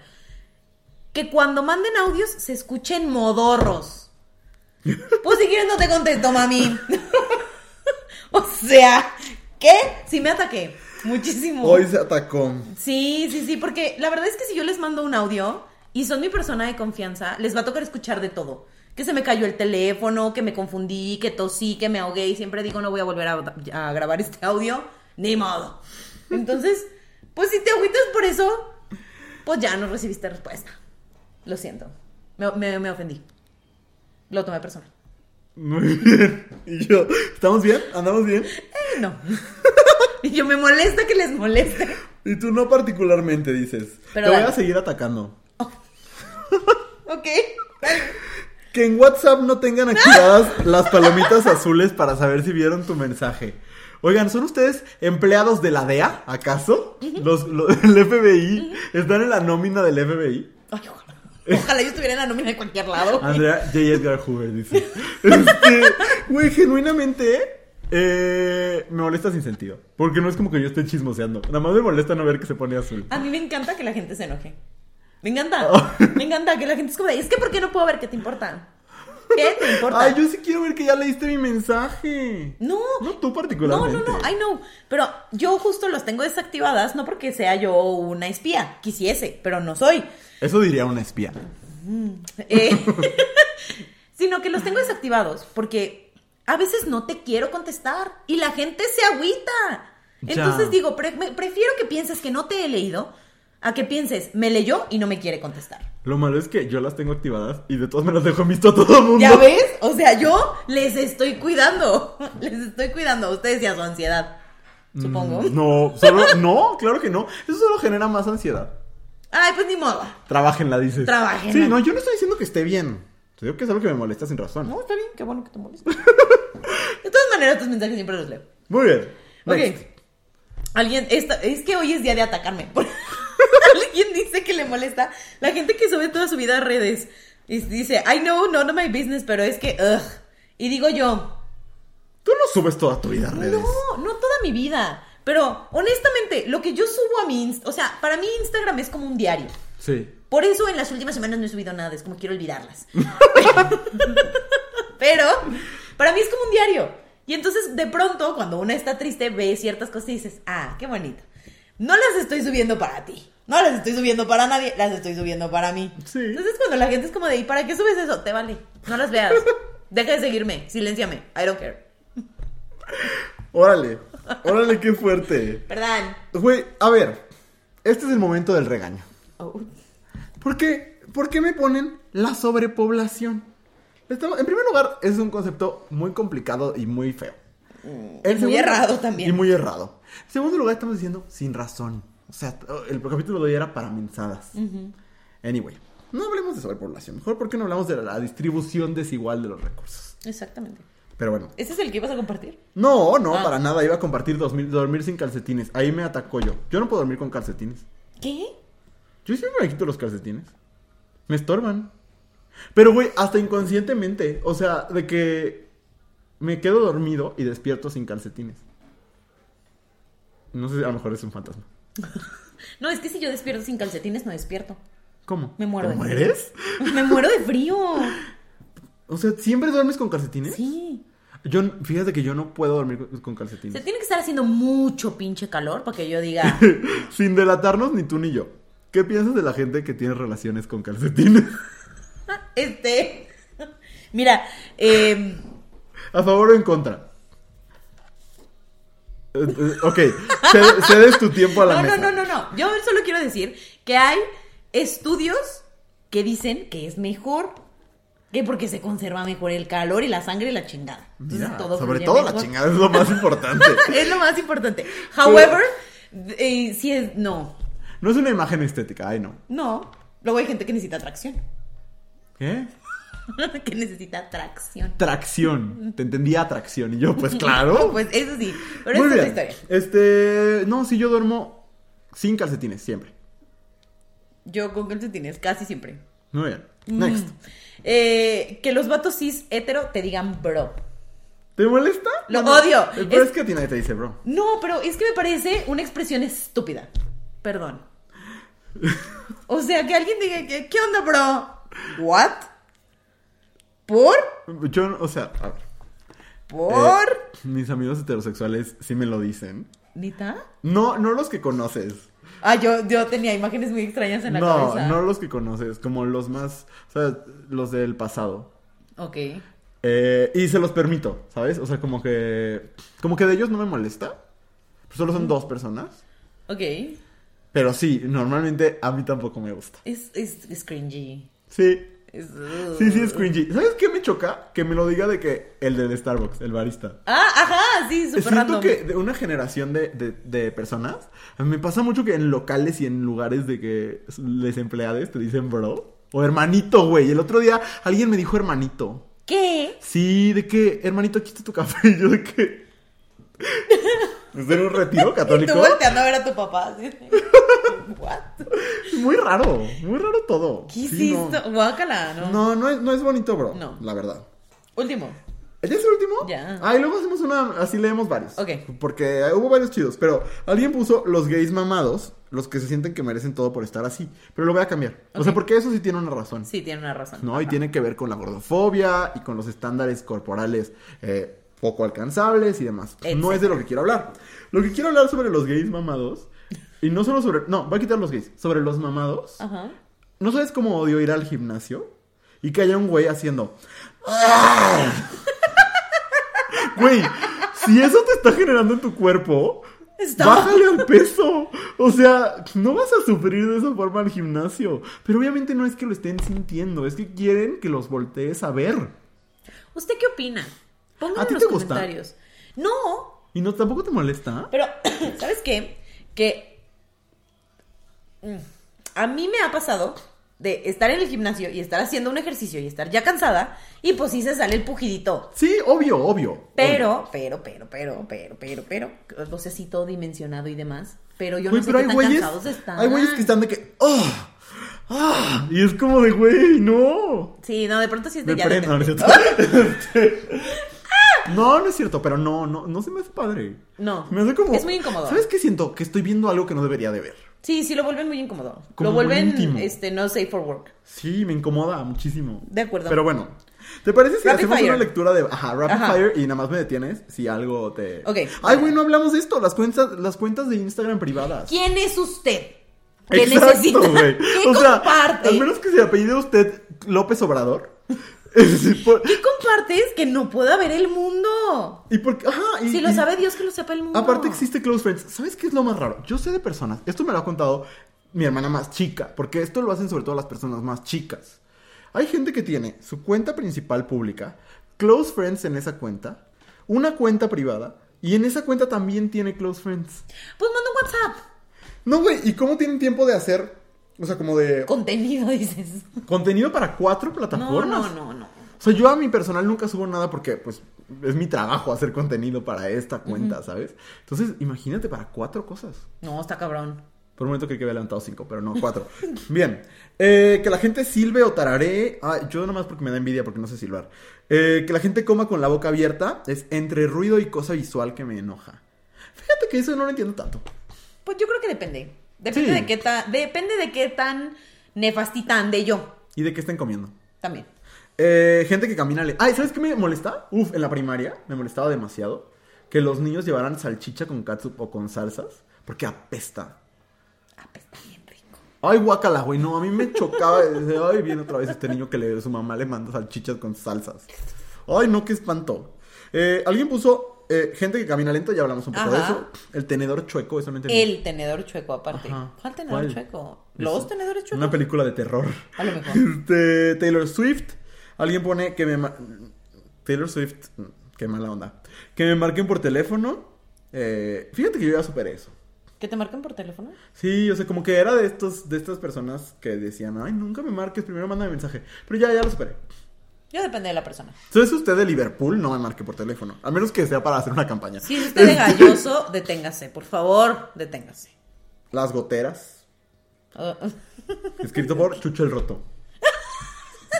Speaker 2: Que cuando manden audios se escuchen modorros. Pues si quieres no te contesto, mami. o sea, ¿qué? Sí me ataqué. Muchísimo.
Speaker 1: Hoy se atacó.
Speaker 2: Sí, sí, sí, porque la verdad es que si yo les mando un audio y son mi persona de confianza, les va a tocar escuchar de todo. Que se me cayó el teléfono, que me confundí, que tosí, que me ahogué y siempre digo no voy a volver a, a grabar este audio, ni modo. Entonces, pues si te agüitas por eso, pues ya no recibiste respuesta. Lo siento. Me, me- me ofendí. Lo tomé personal.
Speaker 1: Muy bien. Y yo, ¿estamos bien? ¿Andamos bien?
Speaker 2: Eh, no. Y yo me molesta que les moleste.
Speaker 1: Y tú no particularmente dices.
Speaker 2: Pero
Speaker 1: Te voy
Speaker 2: dale.
Speaker 1: a seguir atacando.
Speaker 2: Ok.
Speaker 1: Que en WhatsApp no tengan activadas las palomitas azules para saber si vieron tu mensaje. Oigan, ¿son ustedes empleados de la DEA, acaso? Los, lo- el FBI, ¿están en la nómina del FBI?
Speaker 2: Ay, ojalá. Ojalá yo estuviera en la nómina de cualquier lado.
Speaker 1: Andrea J. Edgar Hoover dice. Este, güey, genuinamente eh, me molesta sin sentido. Porque no es como que yo esté chismoseando. Nada más me molesta no ver que se pone azul.
Speaker 2: A mí me encanta que la gente se enoje. Me encanta.
Speaker 1: Oh.
Speaker 2: Me encanta que la gente es como de, es que ¿por qué no puedo ver qué te importa? ¿Qué te importa?
Speaker 1: Ay, yo sí quiero ver que ya leíste mi mensaje.
Speaker 2: No.
Speaker 1: No tú
Speaker 2: No,
Speaker 1: particularmente.
Speaker 2: no, no, I know. Pero yo justo las tengo desactivadas, no porque sea yo una espía, quisiese, pero no soy.
Speaker 1: Eso diría una espía.
Speaker 2: Eh, sino que los tengo desactivados porque a veces no te quiero contestar y la gente se agüita.
Speaker 1: Ya.
Speaker 2: Entonces digo, pre- me- prefiero que pienses que no te he leído a que pienses, me leyó y no me quiere contestar.
Speaker 1: Lo malo es que yo las tengo activadas y de todas me las dejo en visto a todo el mundo.
Speaker 2: ¿Ya ves? O sea, yo les estoy cuidando. Les estoy cuidando a ustedes y a su ansiedad. Supongo.
Speaker 1: No, solo, no, claro que no. Eso solo genera más ansiedad.
Speaker 2: Ay, pues ni modo.
Speaker 1: Trabajenla, dices.
Speaker 2: Trabájenla.
Speaker 1: Sí, no, yo no estoy diciendo que esté bien. Te digo que es algo que me molesta sin razón.
Speaker 2: No, está bien, qué bueno que te molesta. De todas maneras, tus mensajes siempre los leo.
Speaker 1: Muy bien.
Speaker 2: Ok.
Speaker 1: Next.
Speaker 2: Alguien, esta- es que hoy es día de atacarme. Alguien dice que le molesta. La gente que sube toda su vida a redes. Y dice, I know, no, no my business, pero es que, ugh. Y digo yo,
Speaker 1: Tú no subes toda tu vida a redes.
Speaker 2: no, no toda mi vida. Pero honestamente, lo que yo subo a mi Inst- o sea, para mí Instagram es como un diario.
Speaker 1: Sí.
Speaker 2: Por eso en las últimas semanas no he subido nada, es como quiero olvidarlas. Pero para mí es como un diario. Y entonces de pronto, cuando una está triste, ve ciertas cosas y dices, ah, qué bonito. No las estoy subiendo para ti. No las estoy subiendo para nadie, las estoy subiendo para mí.
Speaker 1: Sí.
Speaker 2: Entonces cuando la gente es como de, ¿y para qué subes eso? Te vale. No las veas. Deja de seguirme. Silénciame. I don't care.
Speaker 1: Órale. Órale, qué fuerte.
Speaker 2: Perdón.
Speaker 1: Güey, a ver. Este es el momento del regaño.
Speaker 2: Oh.
Speaker 1: ¿Por qué? ¿Por qué me ponen la sobrepoblación? Estamos- en primer lugar, es un concepto muy complicado y muy feo. En
Speaker 2: Mm, muy errado también.
Speaker 1: Y muy errado. En segundo lugar, estamos diciendo sin razón. O sea, t- el capítulo de hoy era para mensadas. Anyway, no hablemos de sobrepoblación. Mejor, ¿por qué no hablamos de la, la distribución desigual de los recursos?
Speaker 2: Exactamente.
Speaker 1: Pero bueno.
Speaker 2: ¿Ese es el que ibas a compartir?
Speaker 1: No, no,
Speaker 2: Ah.
Speaker 1: para nada. Iba a compartir dos mil- dormir sin calcetines. Ahí me atacó yo. Yo no puedo dormir con calcetines.
Speaker 2: ¿Qué?
Speaker 1: Yo siempre me quito los calcetines. Me estorban. Pero, güey, hasta inconscientemente. O sea, de que me quedo dormido y despierto sin calcetines. No sé, a lo mejor es un fantasma.
Speaker 2: No, es que si yo despierto sin calcetines, no despierto.
Speaker 1: ¿Cómo?
Speaker 2: Me muero
Speaker 1: ¿Te
Speaker 2: de frío.
Speaker 1: mueres?
Speaker 2: Me muero de frío.
Speaker 1: O sea, ¿siempre duermes con calcetines?
Speaker 2: Sí.
Speaker 1: Yo, fíjate que yo no puedo dormir con- con
Speaker 2: Se
Speaker 1: calcetines.
Speaker 2: tiene que estar haciendo mucho pinche calor para que yo diga,
Speaker 1: sin delatarnos ni tú ni yo. ¿Qué piensas de la gente que tiene relaciones con calcetines?
Speaker 2: "Ah, este. Mira, eh,
Speaker 1: ¿A favor o en contra? Eh, eh, ok, ce- cedes tu tiempo a la
Speaker 2: no, no,
Speaker 1: mesa.
Speaker 2: no, no, no. Yo solo quiero decir que hay estudios que dicen que es mejor, que porque se conserva mejor el calor y la sangre y la chingada. Entonces,
Speaker 1: Mira,
Speaker 2: todo
Speaker 1: sobre
Speaker 2: fluye
Speaker 1: todo la
Speaker 2: mejor.
Speaker 1: chingada es lo más importante.
Speaker 2: Es lo más importante. However, eh, si es no,
Speaker 1: No es una imagen estética, ay no.
Speaker 2: no. Luego hay gente que necesita atracción,
Speaker 1: ¿Qué?
Speaker 2: que necesita atracción.
Speaker 1: Tracción. Te entendía atracción. Y yo, pues claro.
Speaker 2: Pues eso sí. Pero
Speaker 1: Muy
Speaker 2: esa
Speaker 1: bien.
Speaker 2: es otra historia.
Speaker 1: Este. No, si yo duermo sin calcetines, siempre.
Speaker 2: Yo con calcetines, casi siempre.
Speaker 1: Muy bien. Next.
Speaker 2: Mm. Eh, que los vatos cis hetero te digan bro.
Speaker 1: ¿Te molesta?
Speaker 2: Lo
Speaker 1: No, no.
Speaker 2: odio.
Speaker 1: Pero
Speaker 2: Es-
Speaker 1: es... que a ti nadie te dice, bro.
Speaker 2: No, pero es que me parece una expresión estúpida. Perdón. O sea, que alguien diga que, ¿qué onda, bro? ¿What? ¿Por?
Speaker 1: Yo, no- o sea, a ver.
Speaker 2: ¿Por?
Speaker 1: Eh, mis amigos heterosexuales sí me lo dicen.
Speaker 2: ¿Nita?
Speaker 1: No, no los que conoces.
Speaker 2: Ah, yo, yo tenía imágenes muy extrañas en la
Speaker 1: No,
Speaker 2: cabeza.
Speaker 1: no los que conoces, como los más, o sea, los del pasado.
Speaker 2: Ok.
Speaker 1: Eh, y se los permito, ¿sabes? O sea, como que, como que de ellos no me molesta. Pues Solo son dos personas.
Speaker 2: Ok.
Speaker 1: Pero sí, normalmente a mí tampoco me gusta.
Speaker 2: Es, es, es cringy.
Speaker 1: Sí.
Speaker 2: Es-
Speaker 1: Sí, sí, es cringy. ¿Sabes qué me choca? Que me lo diga de que el del Starbucks, el barista.
Speaker 2: Ah, ajá, sí, súper
Speaker 1: Siento
Speaker 2: random.
Speaker 1: que de una generación de, de- de personas, a mí me pasa mucho que en locales y en lugares de que les empleades te dicen bro o hermanito, güey. El otro día alguien me dijo hermanito.
Speaker 2: ¿Qué?
Speaker 1: Sí, de que, hermanito, aquí está tu café. Y yo de que. Pues era un retiro
Speaker 2: Y tú
Speaker 1: católico.
Speaker 2: volteando a ver a tu papá. Así. ¿What?
Speaker 1: Muy raro, muy raro todo.
Speaker 2: ¿Qué
Speaker 1: Sí, no.
Speaker 2: hiciste? Guácala, ¿no?
Speaker 1: No, no es, no es bonito, bro.
Speaker 2: No.
Speaker 1: La verdad.
Speaker 2: Último.
Speaker 1: ¿Ya es el último?
Speaker 2: Ya.
Speaker 1: Ah, y luego hacemos una. Así leemos varios.
Speaker 2: Ok.
Speaker 1: Porque hubo varios chidos. Pero alguien puso los gays mamados, los que se sienten que merecen todo por estar así. Pero lo voy a cambiar. O sea,
Speaker 2: Ok.
Speaker 1: porque eso sí tiene una razón.
Speaker 2: Sí, tiene una razón.
Speaker 1: ¿no? Y tiene que ver con la gordofobia y con los estándares corporales eh, poco alcanzables y demás. No
Speaker 2: Etcétera.
Speaker 1: es de lo que quiero hablar. Lo que quiero hablar sobre los gays mamados, y no solo sobre... No, voy a quitar los gays. Sobre los mamados.
Speaker 2: Ajá.
Speaker 1: ¿No sabes cómo odio ir al gimnasio? Y que haya un güey haciendo... "Ah". Güey, si eso te está generando en tu cuerpo...
Speaker 2: Está-
Speaker 1: Bájale al peso. O sea, no vas a sufrir de esa forma al gimnasio. Pero obviamente no es que lo estén sintiendo, es que quieren que los voltees a ver.
Speaker 2: ¿Usted qué opina? Pónganlo
Speaker 1: ¿A ti
Speaker 2: en los
Speaker 1: te gusta?
Speaker 2: comentarios. No,
Speaker 1: ¿Y no tampoco te molesta?
Speaker 2: Pero, ¿sabes qué? Que mm, a mí me ha pasado de estar en el gimnasio y estar haciendo un ejercicio y estar ya cansada y pues sí se sale el pujidito.
Speaker 1: Sí, obvio, obvio.
Speaker 2: Pero, pero, pero, pero, pero, pero, pero, no sé si todo dimensionado y demás, pero yo
Speaker 1: Güey,
Speaker 2: no sé
Speaker 1: pero
Speaker 2: qué
Speaker 1: hay
Speaker 2: tan
Speaker 1: güeyes,
Speaker 2: cansados están.
Speaker 1: hay güeyes que están de que, "Oh, ah", y es como de güey, no.
Speaker 2: Sí, no, de pronto sí es de
Speaker 1: Me
Speaker 2: ya
Speaker 1: prendo, no,
Speaker 2: detente.
Speaker 1: es cierto. no, no es cierto, pero no, no, no se me hace padre.
Speaker 2: No,
Speaker 1: Me hace como.
Speaker 2: es muy incómodo.
Speaker 1: ¿Sabes qué siento? Que estoy viendo algo que no debería de ver.
Speaker 2: Sí, sí lo vuelven muy incómodo.
Speaker 1: Como
Speaker 2: lo vuelven
Speaker 1: íntimo.
Speaker 2: este no safe for work.
Speaker 1: Sí, me incomoda muchísimo.
Speaker 2: De acuerdo.
Speaker 1: Pero bueno, ¿te parece si
Speaker 2: Rapid
Speaker 1: hacemos
Speaker 2: fire.
Speaker 1: una lectura de ajá, Rapid
Speaker 2: Ajá.
Speaker 1: Fire y nada más me detienes si algo te.
Speaker 2: Ok,
Speaker 1: Ay,
Speaker 2: vale.
Speaker 1: güey, no hablamos de esto. Las cuentas, las cuentas de Instagram privadas.
Speaker 2: ¿Quién es usted? ¿Qué necesita?
Speaker 1: Exacto, güey.
Speaker 2: ¿Qué
Speaker 1: O sea,
Speaker 2: comparte?
Speaker 1: al menos que se apellide usted López Obrador. Es decir, por-
Speaker 2: ¿Qué compartes que no pueda ver el mundo?
Speaker 1: y porque, ajá, y-
Speaker 2: Si lo
Speaker 1: y-
Speaker 2: sabe Dios, que lo sepa el mundo.
Speaker 1: Aparte existe Close Friends. ¿Sabes qué es lo más raro? Yo sé de personas, esto me lo ha contado mi hermana más chica, porque esto lo hacen sobre todo las personas más chicas. Hay gente que tiene su cuenta principal pública, Close Friends en esa cuenta, una cuenta privada, y en esa cuenta también tiene Close Friends.
Speaker 2: Pues manda un WhatsApp.
Speaker 1: No, güey, ¿y cómo tienen tiempo de hacer, o sea, como de
Speaker 2: Contenido, dices.
Speaker 1: contenido para cuatro
Speaker 2: No,
Speaker 1: plataformas?
Speaker 2: no, no, no.
Speaker 1: O sea, yo a mi personal nunca subo nada porque, pues, es mi trabajo hacer contenido para esta cuenta, ¿sabes? Entonces, imagínate para cuatro cosas.
Speaker 2: No, está cabrón.
Speaker 1: Por un momento creí que había levantado cinco, pero no, cuatro. Bien. Eh, que la gente silbe o tararee. Ah, yo nomás porque me da envidia porque no sé silbar. Eh, que la gente coma con la boca abierta es entre ruido y cosa visual que me enoja. Fíjate que eso no lo entiendo tanto.
Speaker 2: Pues yo creo que depende. Depende
Speaker 1: Sí.
Speaker 2: de qué tan. Depende de qué tan nefastitán de yo.
Speaker 1: ¿Y de qué estén comiendo?
Speaker 2: También.
Speaker 1: Eh, gente que camina le... Ay, ¿sabes qué me molesta? Uf, en la primaria me molestaba demasiado que los niños llevaran salchicha con katsup o con salsas porque apesta.
Speaker 2: Ah, pues está bien rico.
Speaker 1: Ay, guacala, güey. No, a mí me chocaba. Desde, Ay, viene otra vez este niño que le, su mamá le manda salchichas con salsas. Ay, no, qué espanto. Eh, Alguien puso eh, gente que camina lento, ya hablamos un poco de
Speaker 2: Ajá.
Speaker 1: eso. El tenedor chueco, eso no entendí.
Speaker 2: El tenedor chueco, aparte.
Speaker 1: Ajá.
Speaker 2: ¿Cuál tenedor
Speaker 1: ¿Cuál?
Speaker 2: chueco? ¿Los
Speaker 1: Eso.
Speaker 2: tenedores chuecos?
Speaker 1: Una película de terror.
Speaker 2: A lo mejor.
Speaker 1: Este, Taylor Swift. Alguien pone que me. ma- Taylor Swift, mm, qué mala onda. Que me marquen por teléfono. Eh, fíjate que yo ya superé eso.
Speaker 2: ¿Que te marcan por teléfono?
Speaker 1: Sí, o sea, como que era de estos, de estas personas que decían, ay, nunca me marques, primero mándame mensaje. Pero ya, ya lo superé.
Speaker 2: Yo depende de la persona.
Speaker 1: Si es usted de Liverpool, no me marque por teléfono. A menos que sea para hacer una campaña.
Speaker 2: Si es usted de galloso, deténgase. Por favor, deténgase.
Speaker 1: Las goteras.
Speaker 2: Ah,
Speaker 1: Escrito por Chucho el Roto.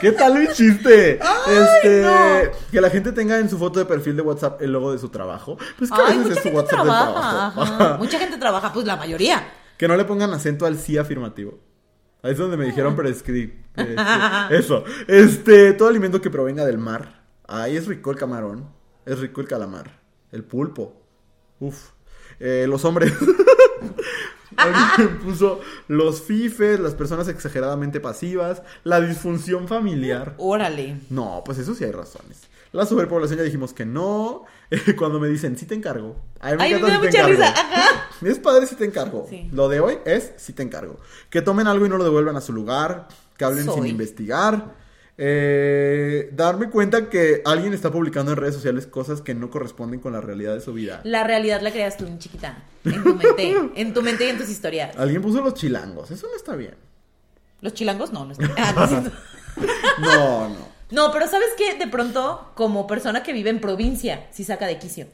Speaker 1: ¿Qué tal el chiste? este,
Speaker 2: no.
Speaker 1: que la gente tenga en su foto de perfil de WhatsApp el logo de su trabajo. Pues que a
Speaker 2: Ay,
Speaker 1: veces
Speaker 2: mucha
Speaker 1: es su
Speaker 2: gente
Speaker 1: WhatsApp
Speaker 2: trabaja.
Speaker 1: del trabajo.
Speaker 2: ajá. Mucha gente trabaja, pues la mayoría.
Speaker 1: Que no le pongan acento al sí afirmativo. Ahí es donde me dijeron prescribir. Eso. Este, todo alimento que provenga del mar. Ahí es rico el camarón. Es rico el calamar. El pulpo. Uf. Eh, los hombres. Alguien puso los fifes, las personas exageradamente pasivas, la disfunción familiar.
Speaker 2: Órale.
Speaker 1: No, pues eso sí hay razones. La superpoblación ya dijimos que no. Eh, cuando me dicen, sí te encargo. A mí me
Speaker 2: Ay, me
Speaker 1: encanta
Speaker 2: da
Speaker 1: "Sí te
Speaker 2: mucha
Speaker 1: encargo".
Speaker 2: risa. Ajá.
Speaker 1: Es padre si te encargo.
Speaker 2: Sí.
Speaker 1: Lo de hoy es si te encargo. Que tomen algo y no lo devuelvan a su lugar. Que hablen
Speaker 2: Soy.
Speaker 1: sin investigar. eh, darme cuenta que alguien está publicando en redes sociales cosas que no corresponden con la realidad de su vida.
Speaker 2: La realidad la creas tú, mi chiquita. En tu mente. en tu mente y en tus historias.
Speaker 1: Alguien puso los chilangos, eso no está bien.
Speaker 2: Los chilangos no, no es- Ah, no es cierto.
Speaker 1: No, no.
Speaker 2: No, pero ¿sabes qué? De pronto, como persona que vive en provincia, sí saca de quicio.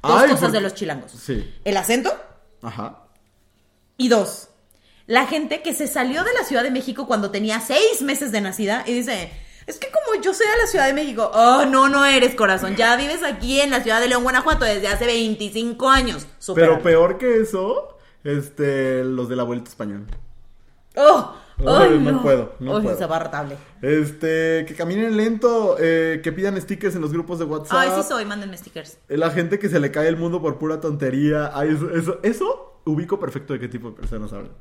Speaker 2: Dos
Speaker 1: Ay,
Speaker 2: cosas
Speaker 1: porque-
Speaker 2: de los chilangos.
Speaker 1: Sí.
Speaker 2: El acento
Speaker 1: Ajá.
Speaker 2: y dos, la gente que se salió de la Ciudad de México cuando tenía seis meses de nacida y dice, es que como yo soy de la Ciudad de México, oh, no, no eres corazón, ya vives aquí en la Ciudad de León, Guanajuato desde hace 25 años.
Speaker 1: Pero pues,
Speaker 2: Supéralo.
Speaker 1: peor que eso, este, los del abuelito español.
Speaker 2: Oh, ay,
Speaker 1: Ay, no puedo, no
Speaker 2: Ay,
Speaker 1: puedo.
Speaker 2: es abarrotable.
Speaker 1: Este, que caminen lento, eh, que pidan stickers en los grupos de WhatsApp.
Speaker 2: Ay, sí soy, mándenme stickers.
Speaker 1: La gente que se le cae el mundo por pura tontería. Ay, eso, eso, eso ubico perfecto de qué tipo de personas hablan.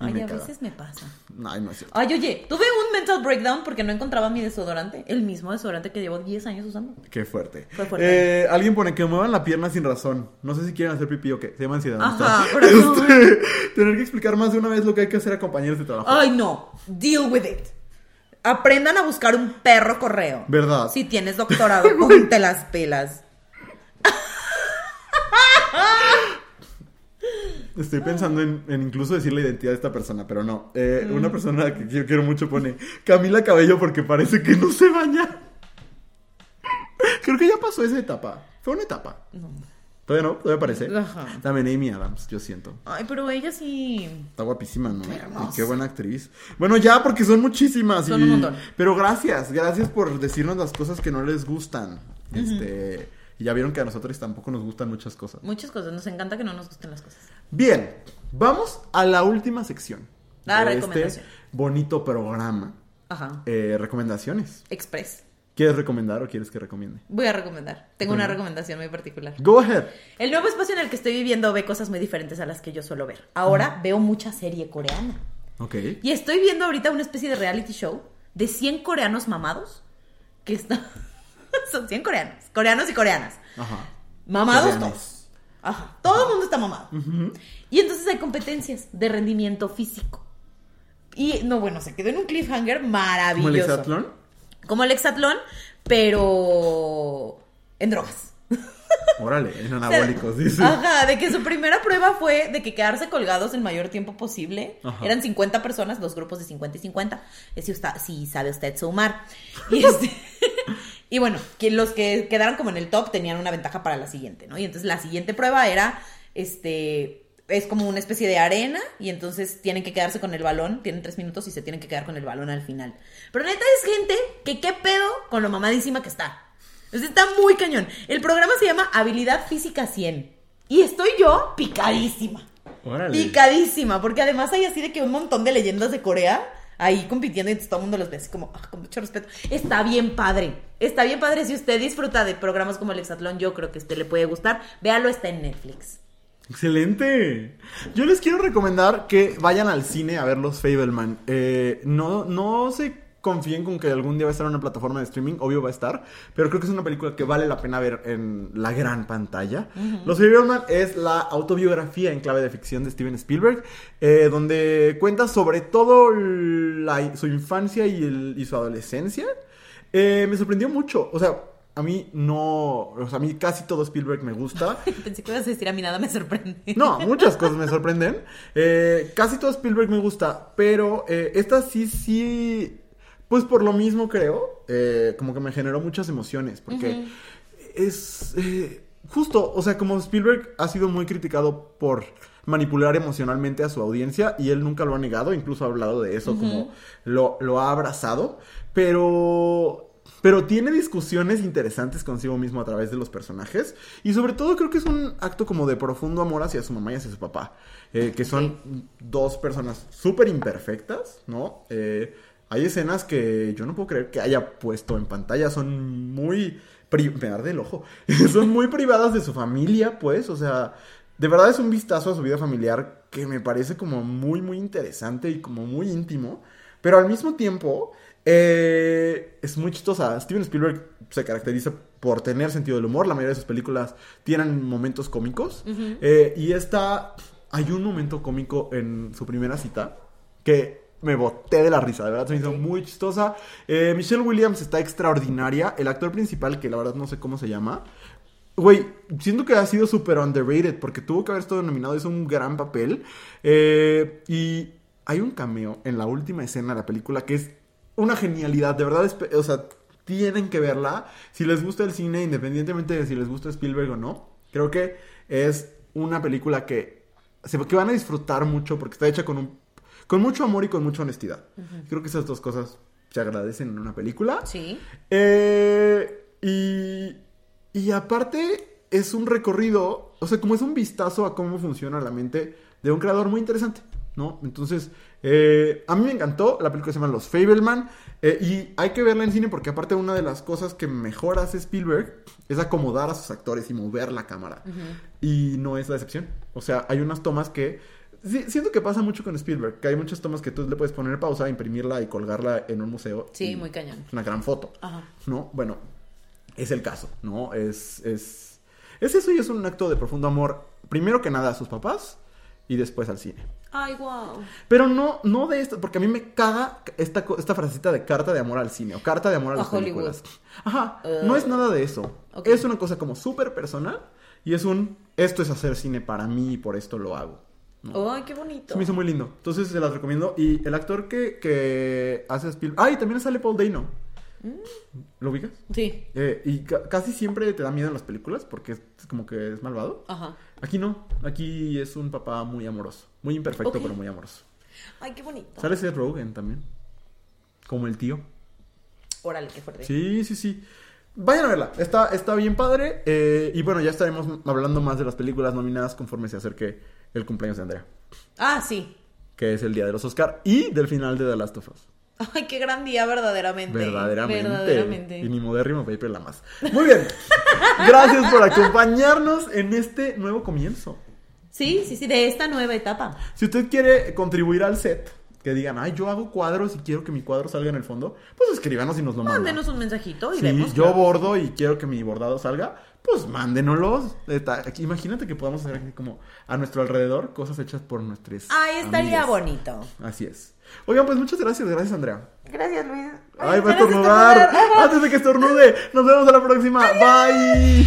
Speaker 1: Y
Speaker 2: Ay,
Speaker 1: me
Speaker 2: a
Speaker 1: caga.
Speaker 2: veces me pasa.
Speaker 1: Ay, no es cierto.
Speaker 2: Ay, oye, tuve un mental breakdown porque no encontraba mi desodorante, el mismo desodorante que llevo 10 años usando.
Speaker 1: Qué fuerte.
Speaker 2: Fue fuerte.
Speaker 1: Eh, alguien pone que muevan la pierna sin razón. No sé si quieren hacer pipí o qué. Se llama ansiedad.
Speaker 2: Ajá,
Speaker 1: ¿no?
Speaker 2: pero no.
Speaker 1: Este, tener que explicar más de una vez lo que hay que hacer a compañeros de trabajo.
Speaker 2: Ay, no. Deal with it. Aprendan a buscar un perro correo.
Speaker 1: ¿Verdad?
Speaker 2: Si tienes doctorado, ponte las pelas.
Speaker 1: Estoy pensando en, en incluso decir la identidad de esta persona, pero no. Eh,
Speaker 2: Mm.
Speaker 1: Una persona que yo quiero mucho pone Camila Cabello porque parece que no se baña. Creo que ya pasó esa etapa. Fue una etapa. Todavía no, todavía parece.
Speaker 2: Ajá.
Speaker 1: También Amy Adams, yo siento.
Speaker 2: Ay, pero ella sí.
Speaker 1: Está guapísima, ¿no?
Speaker 2: Hermosa.
Speaker 1: Y qué buena actriz. Bueno, ya, porque son muchísimas.
Speaker 2: Son
Speaker 1: y-
Speaker 2: un montón.
Speaker 1: Pero gracias, gracias por decirnos las cosas que no les gustan. Este. Y ya vieron que a nosotros tampoco nos gustan muchas cosas.
Speaker 2: Muchas cosas. Nos encanta que no nos gusten las cosas.
Speaker 1: Bien, vamos a la última sección. de
Speaker 2: La Ah, recomendación.
Speaker 1: Este bonito programa.
Speaker 2: Ajá.
Speaker 1: Eh, recomendaciones.
Speaker 2: Express.
Speaker 1: ¿Quieres recomendar o quieres que recomiende?
Speaker 2: Voy a recomendar. Tengo una
Speaker 1: Bueno.
Speaker 2: recomendación muy particular.
Speaker 1: Go ahead.
Speaker 2: El nuevo espacio en el que estoy viviendo ve cosas muy diferentes a las que yo suelo ver. Ahora veo mucha serie coreana.
Speaker 1: Ok.
Speaker 2: Y estoy viendo ahorita una especie de reality show de 100 coreanos mamados. Que están. Son 100 coreanos. Coreanos y coreanas.
Speaker 1: Ajá.
Speaker 2: Mamados
Speaker 1: Coreanos.
Speaker 2: todos. Ajá, todo el mundo está mamado. Y entonces hay competencias de rendimiento físico. Y no, bueno, se quedó en un cliffhanger maravilloso.
Speaker 1: ¿Como el hexatlón?
Speaker 2: Como el hexatlón, pero en drogas.
Speaker 1: Órale, en
Speaker 2: O sea, ah,
Speaker 1: anabólicos, dice.
Speaker 2: Ajá, de que su primera prueba fue de que quedarse colgados el mayor tiempo posible.
Speaker 1: Ajá.
Speaker 2: Eran 50 personas, dos grupos de 50 y 50. Eh, Si, usted- si sabe usted sumar. Y, este- y bueno, que los que quedaron como en el top tenían una ventaja para la siguiente, ¿no? Y entonces la siguiente prueba era, este, es como una especie de arena y entonces tienen que quedarse con el balón, tienen tres minutos y se tienen que quedar con el balón al final. Pero neta es gente que qué pedo con lo mamadísima que está. O sea, Está muy cañón. El programa se llama Habilidad Física 100. Y estoy yo picadísima.
Speaker 1: Órale.
Speaker 2: Picadísima. Porque además hay así de que un montón de leyendas de Corea ahí compitiendo y entonces todo el mundo los ve así como, ah, con mucho respeto. Está bien padre. Está bien padre. Si usted disfruta de programas como el Hexatlón, yo creo que a usted le puede gustar. Véalo, está en Netflix.
Speaker 1: Excelente. Yo les quiero recomendar que vayan al cine a ver los Fableman. Eh, no, no se confíen con que algún día va a estar en una plataforma de streaming, obvio va a estar, pero creo que es una película que vale la pena ver en la gran pantalla. Los Fableman es la autobiografía en clave de ficción de Steven Spielberg, eh, donde cuenta sobre todo la- su infancia y, el- y su adolescencia. Eh, me sorprendió mucho, o sea, a mí no, o sea, a mí casi todo Spielberg me gusta.
Speaker 2: Pensé que ibas a decir a mí nada me sorprende.
Speaker 1: No, muchas cosas me sorprenden. Eh, casi todo Spielberg me gusta, pero eh, esta sí, sí, pues por lo mismo creo, eh, como que me generó muchas emociones, porque es eh, justo, o sea, como Spielberg ha sido muy criticado por manipular emocionalmente a su audiencia y él nunca lo ha negado, incluso ha hablado de eso, como lo, lo ha abrazado, pero pero tiene discusiones interesantes consigo mismo a través de los personajes. Y sobre todo creo que es un acto como de profundo amor hacia su mamá y hacia su papá. eh, que son dos personas súper imperfectas, ¿no? Eh, hay escenas que yo no puedo creer que haya puesto en pantalla. Son muy... pri- Me arde el ojo. son muy privadas de su familia, pues. O sea, de verdad es un vistazo a su vida familiar que me parece como muy, muy interesante y como muy íntimo. Pero al mismo tiempo, eh, es muy chistosa. Steven Spielberg se caracteriza por tener sentido del humor. La mayoría de sus películas tienen momentos cómicos. Eh, y esta, hay un momento cómico en su primera cita que me boté de la risa, de verdad se me hizo muy chistosa. Eh, Michelle Williams está extraordinaria. El actor principal, que la verdad no sé cómo se llama, Güey, siento que ha sido súper underrated porque tuvo que haber estado nominado, hizo un gran papel. Eh, y hay un cameo en la última escena de la película que es una genialidad, de verdad, espe- o sea, tienen que verla. Si les gusta el cine, independientemente de si les gusta Spielberg o no, creo que es una película que, se, que van a disfrutar mucho porque está hecha con, un, con mucho amor y con mucha honestidad. Creo que esas dos cosas se agradecen en una película.
Speaker 2: Sí.
Speaker 1: Eh, y, y aparte es un recorrido, o sea, como es un vistazo a cómo funciona la mente de un creador muy interesante, ¿no? Entonces, eh, a mí me encantó, la película se llama Los Fableman, eh, y hay que verla en cine porque aparte una de las cosas que mejor hace Spielberg es acomodar a sus actores y mover la cámara. Y no es la excepción. O sea, hay unas tomas que... sí, siento que pasa mucho con Spielberg, que hay muchas tomas que tú le puedes poner pausa, imprimirla y colgarla en un museo.
Speaker 2: Sí,
Speaker 1: y
Speaker 2: muy cañón.
Speaker 1: es una gran foto.
Speaker 2: Ajá.
Speaker 1: ¿No? Bueno, es el caso, ¿no? Es, es, es eso y es un acto de profundo amor, primero que nada a sus papás y después al cine.
Speaker 2: Ay, wow.
Speaker 1: Pero no, no de esto, porque a mí me caga esta, co- esta frasecita de carta de amor al cine o carta de amor a
Speaker 2: A
Speaker 1: las
Speaker 2: Hollywood. Eh,
Speaker 1: películas. Ajá, no es nada de eso.
Speaker 2: ok.
Speaker 1: Es una cosa como súper personal y es un, esto es hacer cine para mí y por esto lo hago.
Speaker 2: Ay, qué bonito.
Speaker 1: Se me hizo muy lindo. Entonces se las recomiendo. Y el actor que, que hace Spielberg. ¡Ay! también sale Paul Dano.
Speaker 2: Mm.
Speaker 1: ¿Lo ubicas?
Speaker 2: Sí.
Speaker 1: Eh, y ca- casi siempre te da miedo en las películas porque es como que es malvado.
Speaker 2: Ajá.
Speaker 1: Aquí no. Aquí es un papá muy amoroso. Muy imperfecto,
Speaker 2: Ok.
Speaker 1: pero muy amoroso.
Speaker 2: Ay, qué bonito.
Speaker 1: Sale Seth Rogen también. Como el tío.
Speaker 2: Órale, qué fuerte.
Speaker 1: Sí, sí, sí. Vayan a verla. Está, está bien padre. Eh, y bueno, ya estaremos hablando más de las películas nominadas conforme se acerque el cumpleaños de Andrea.
Speaker 2: Ah, sí.
Speaker 1: Que es el día de los Oscar y del final de The Last of Us.
Speaker 2: Ay, qué gran día, verdaderamente.
Speaker 1: Verdaderamente.
Speaker 2: Verdaderamente.
Speaker 1: Y ni modérrimo paper la más. Muy bien. Gracias por acompañarnos en este nuevo comienzo.
Speaker 2: Sí, sí, sí, de esta nueva etapa.
Speaker 1: Si usted quiere contribuir al set, que digan, ay, yo hago cuadros y quiero que mi cuadro salga en el fondo, pues escríbanos y nos lo mandan.
Speaker 2: Mándenos un mensajito y
Speaker 1: Sí,
Speaker 2: vemos.
Speaker 1: yo
Speaker 2: claro.
Speaker 1: bordo y quiero que mi bordado salga, pues mándenoslos. Está- Imagínate que podamos hacer aquí como a nuestro alrededor cosas hechas por nuestros.
Speaker 2: Ay, estaría
Speaker 1: amigos.
Speaker 2: bonito.
Speaker 1: Así es. Oigan, pues muchas gracias, gracias Andrea.
Speaker 2: Gracias, Luis.
Speaker 1: Ay, va a
Speaker 2: gracias,
Speaker 1: estornudar.
Speaker 2: estornudar.
Speaker 1: Antes de que estornude. Nos vemos a la próxima. Bye.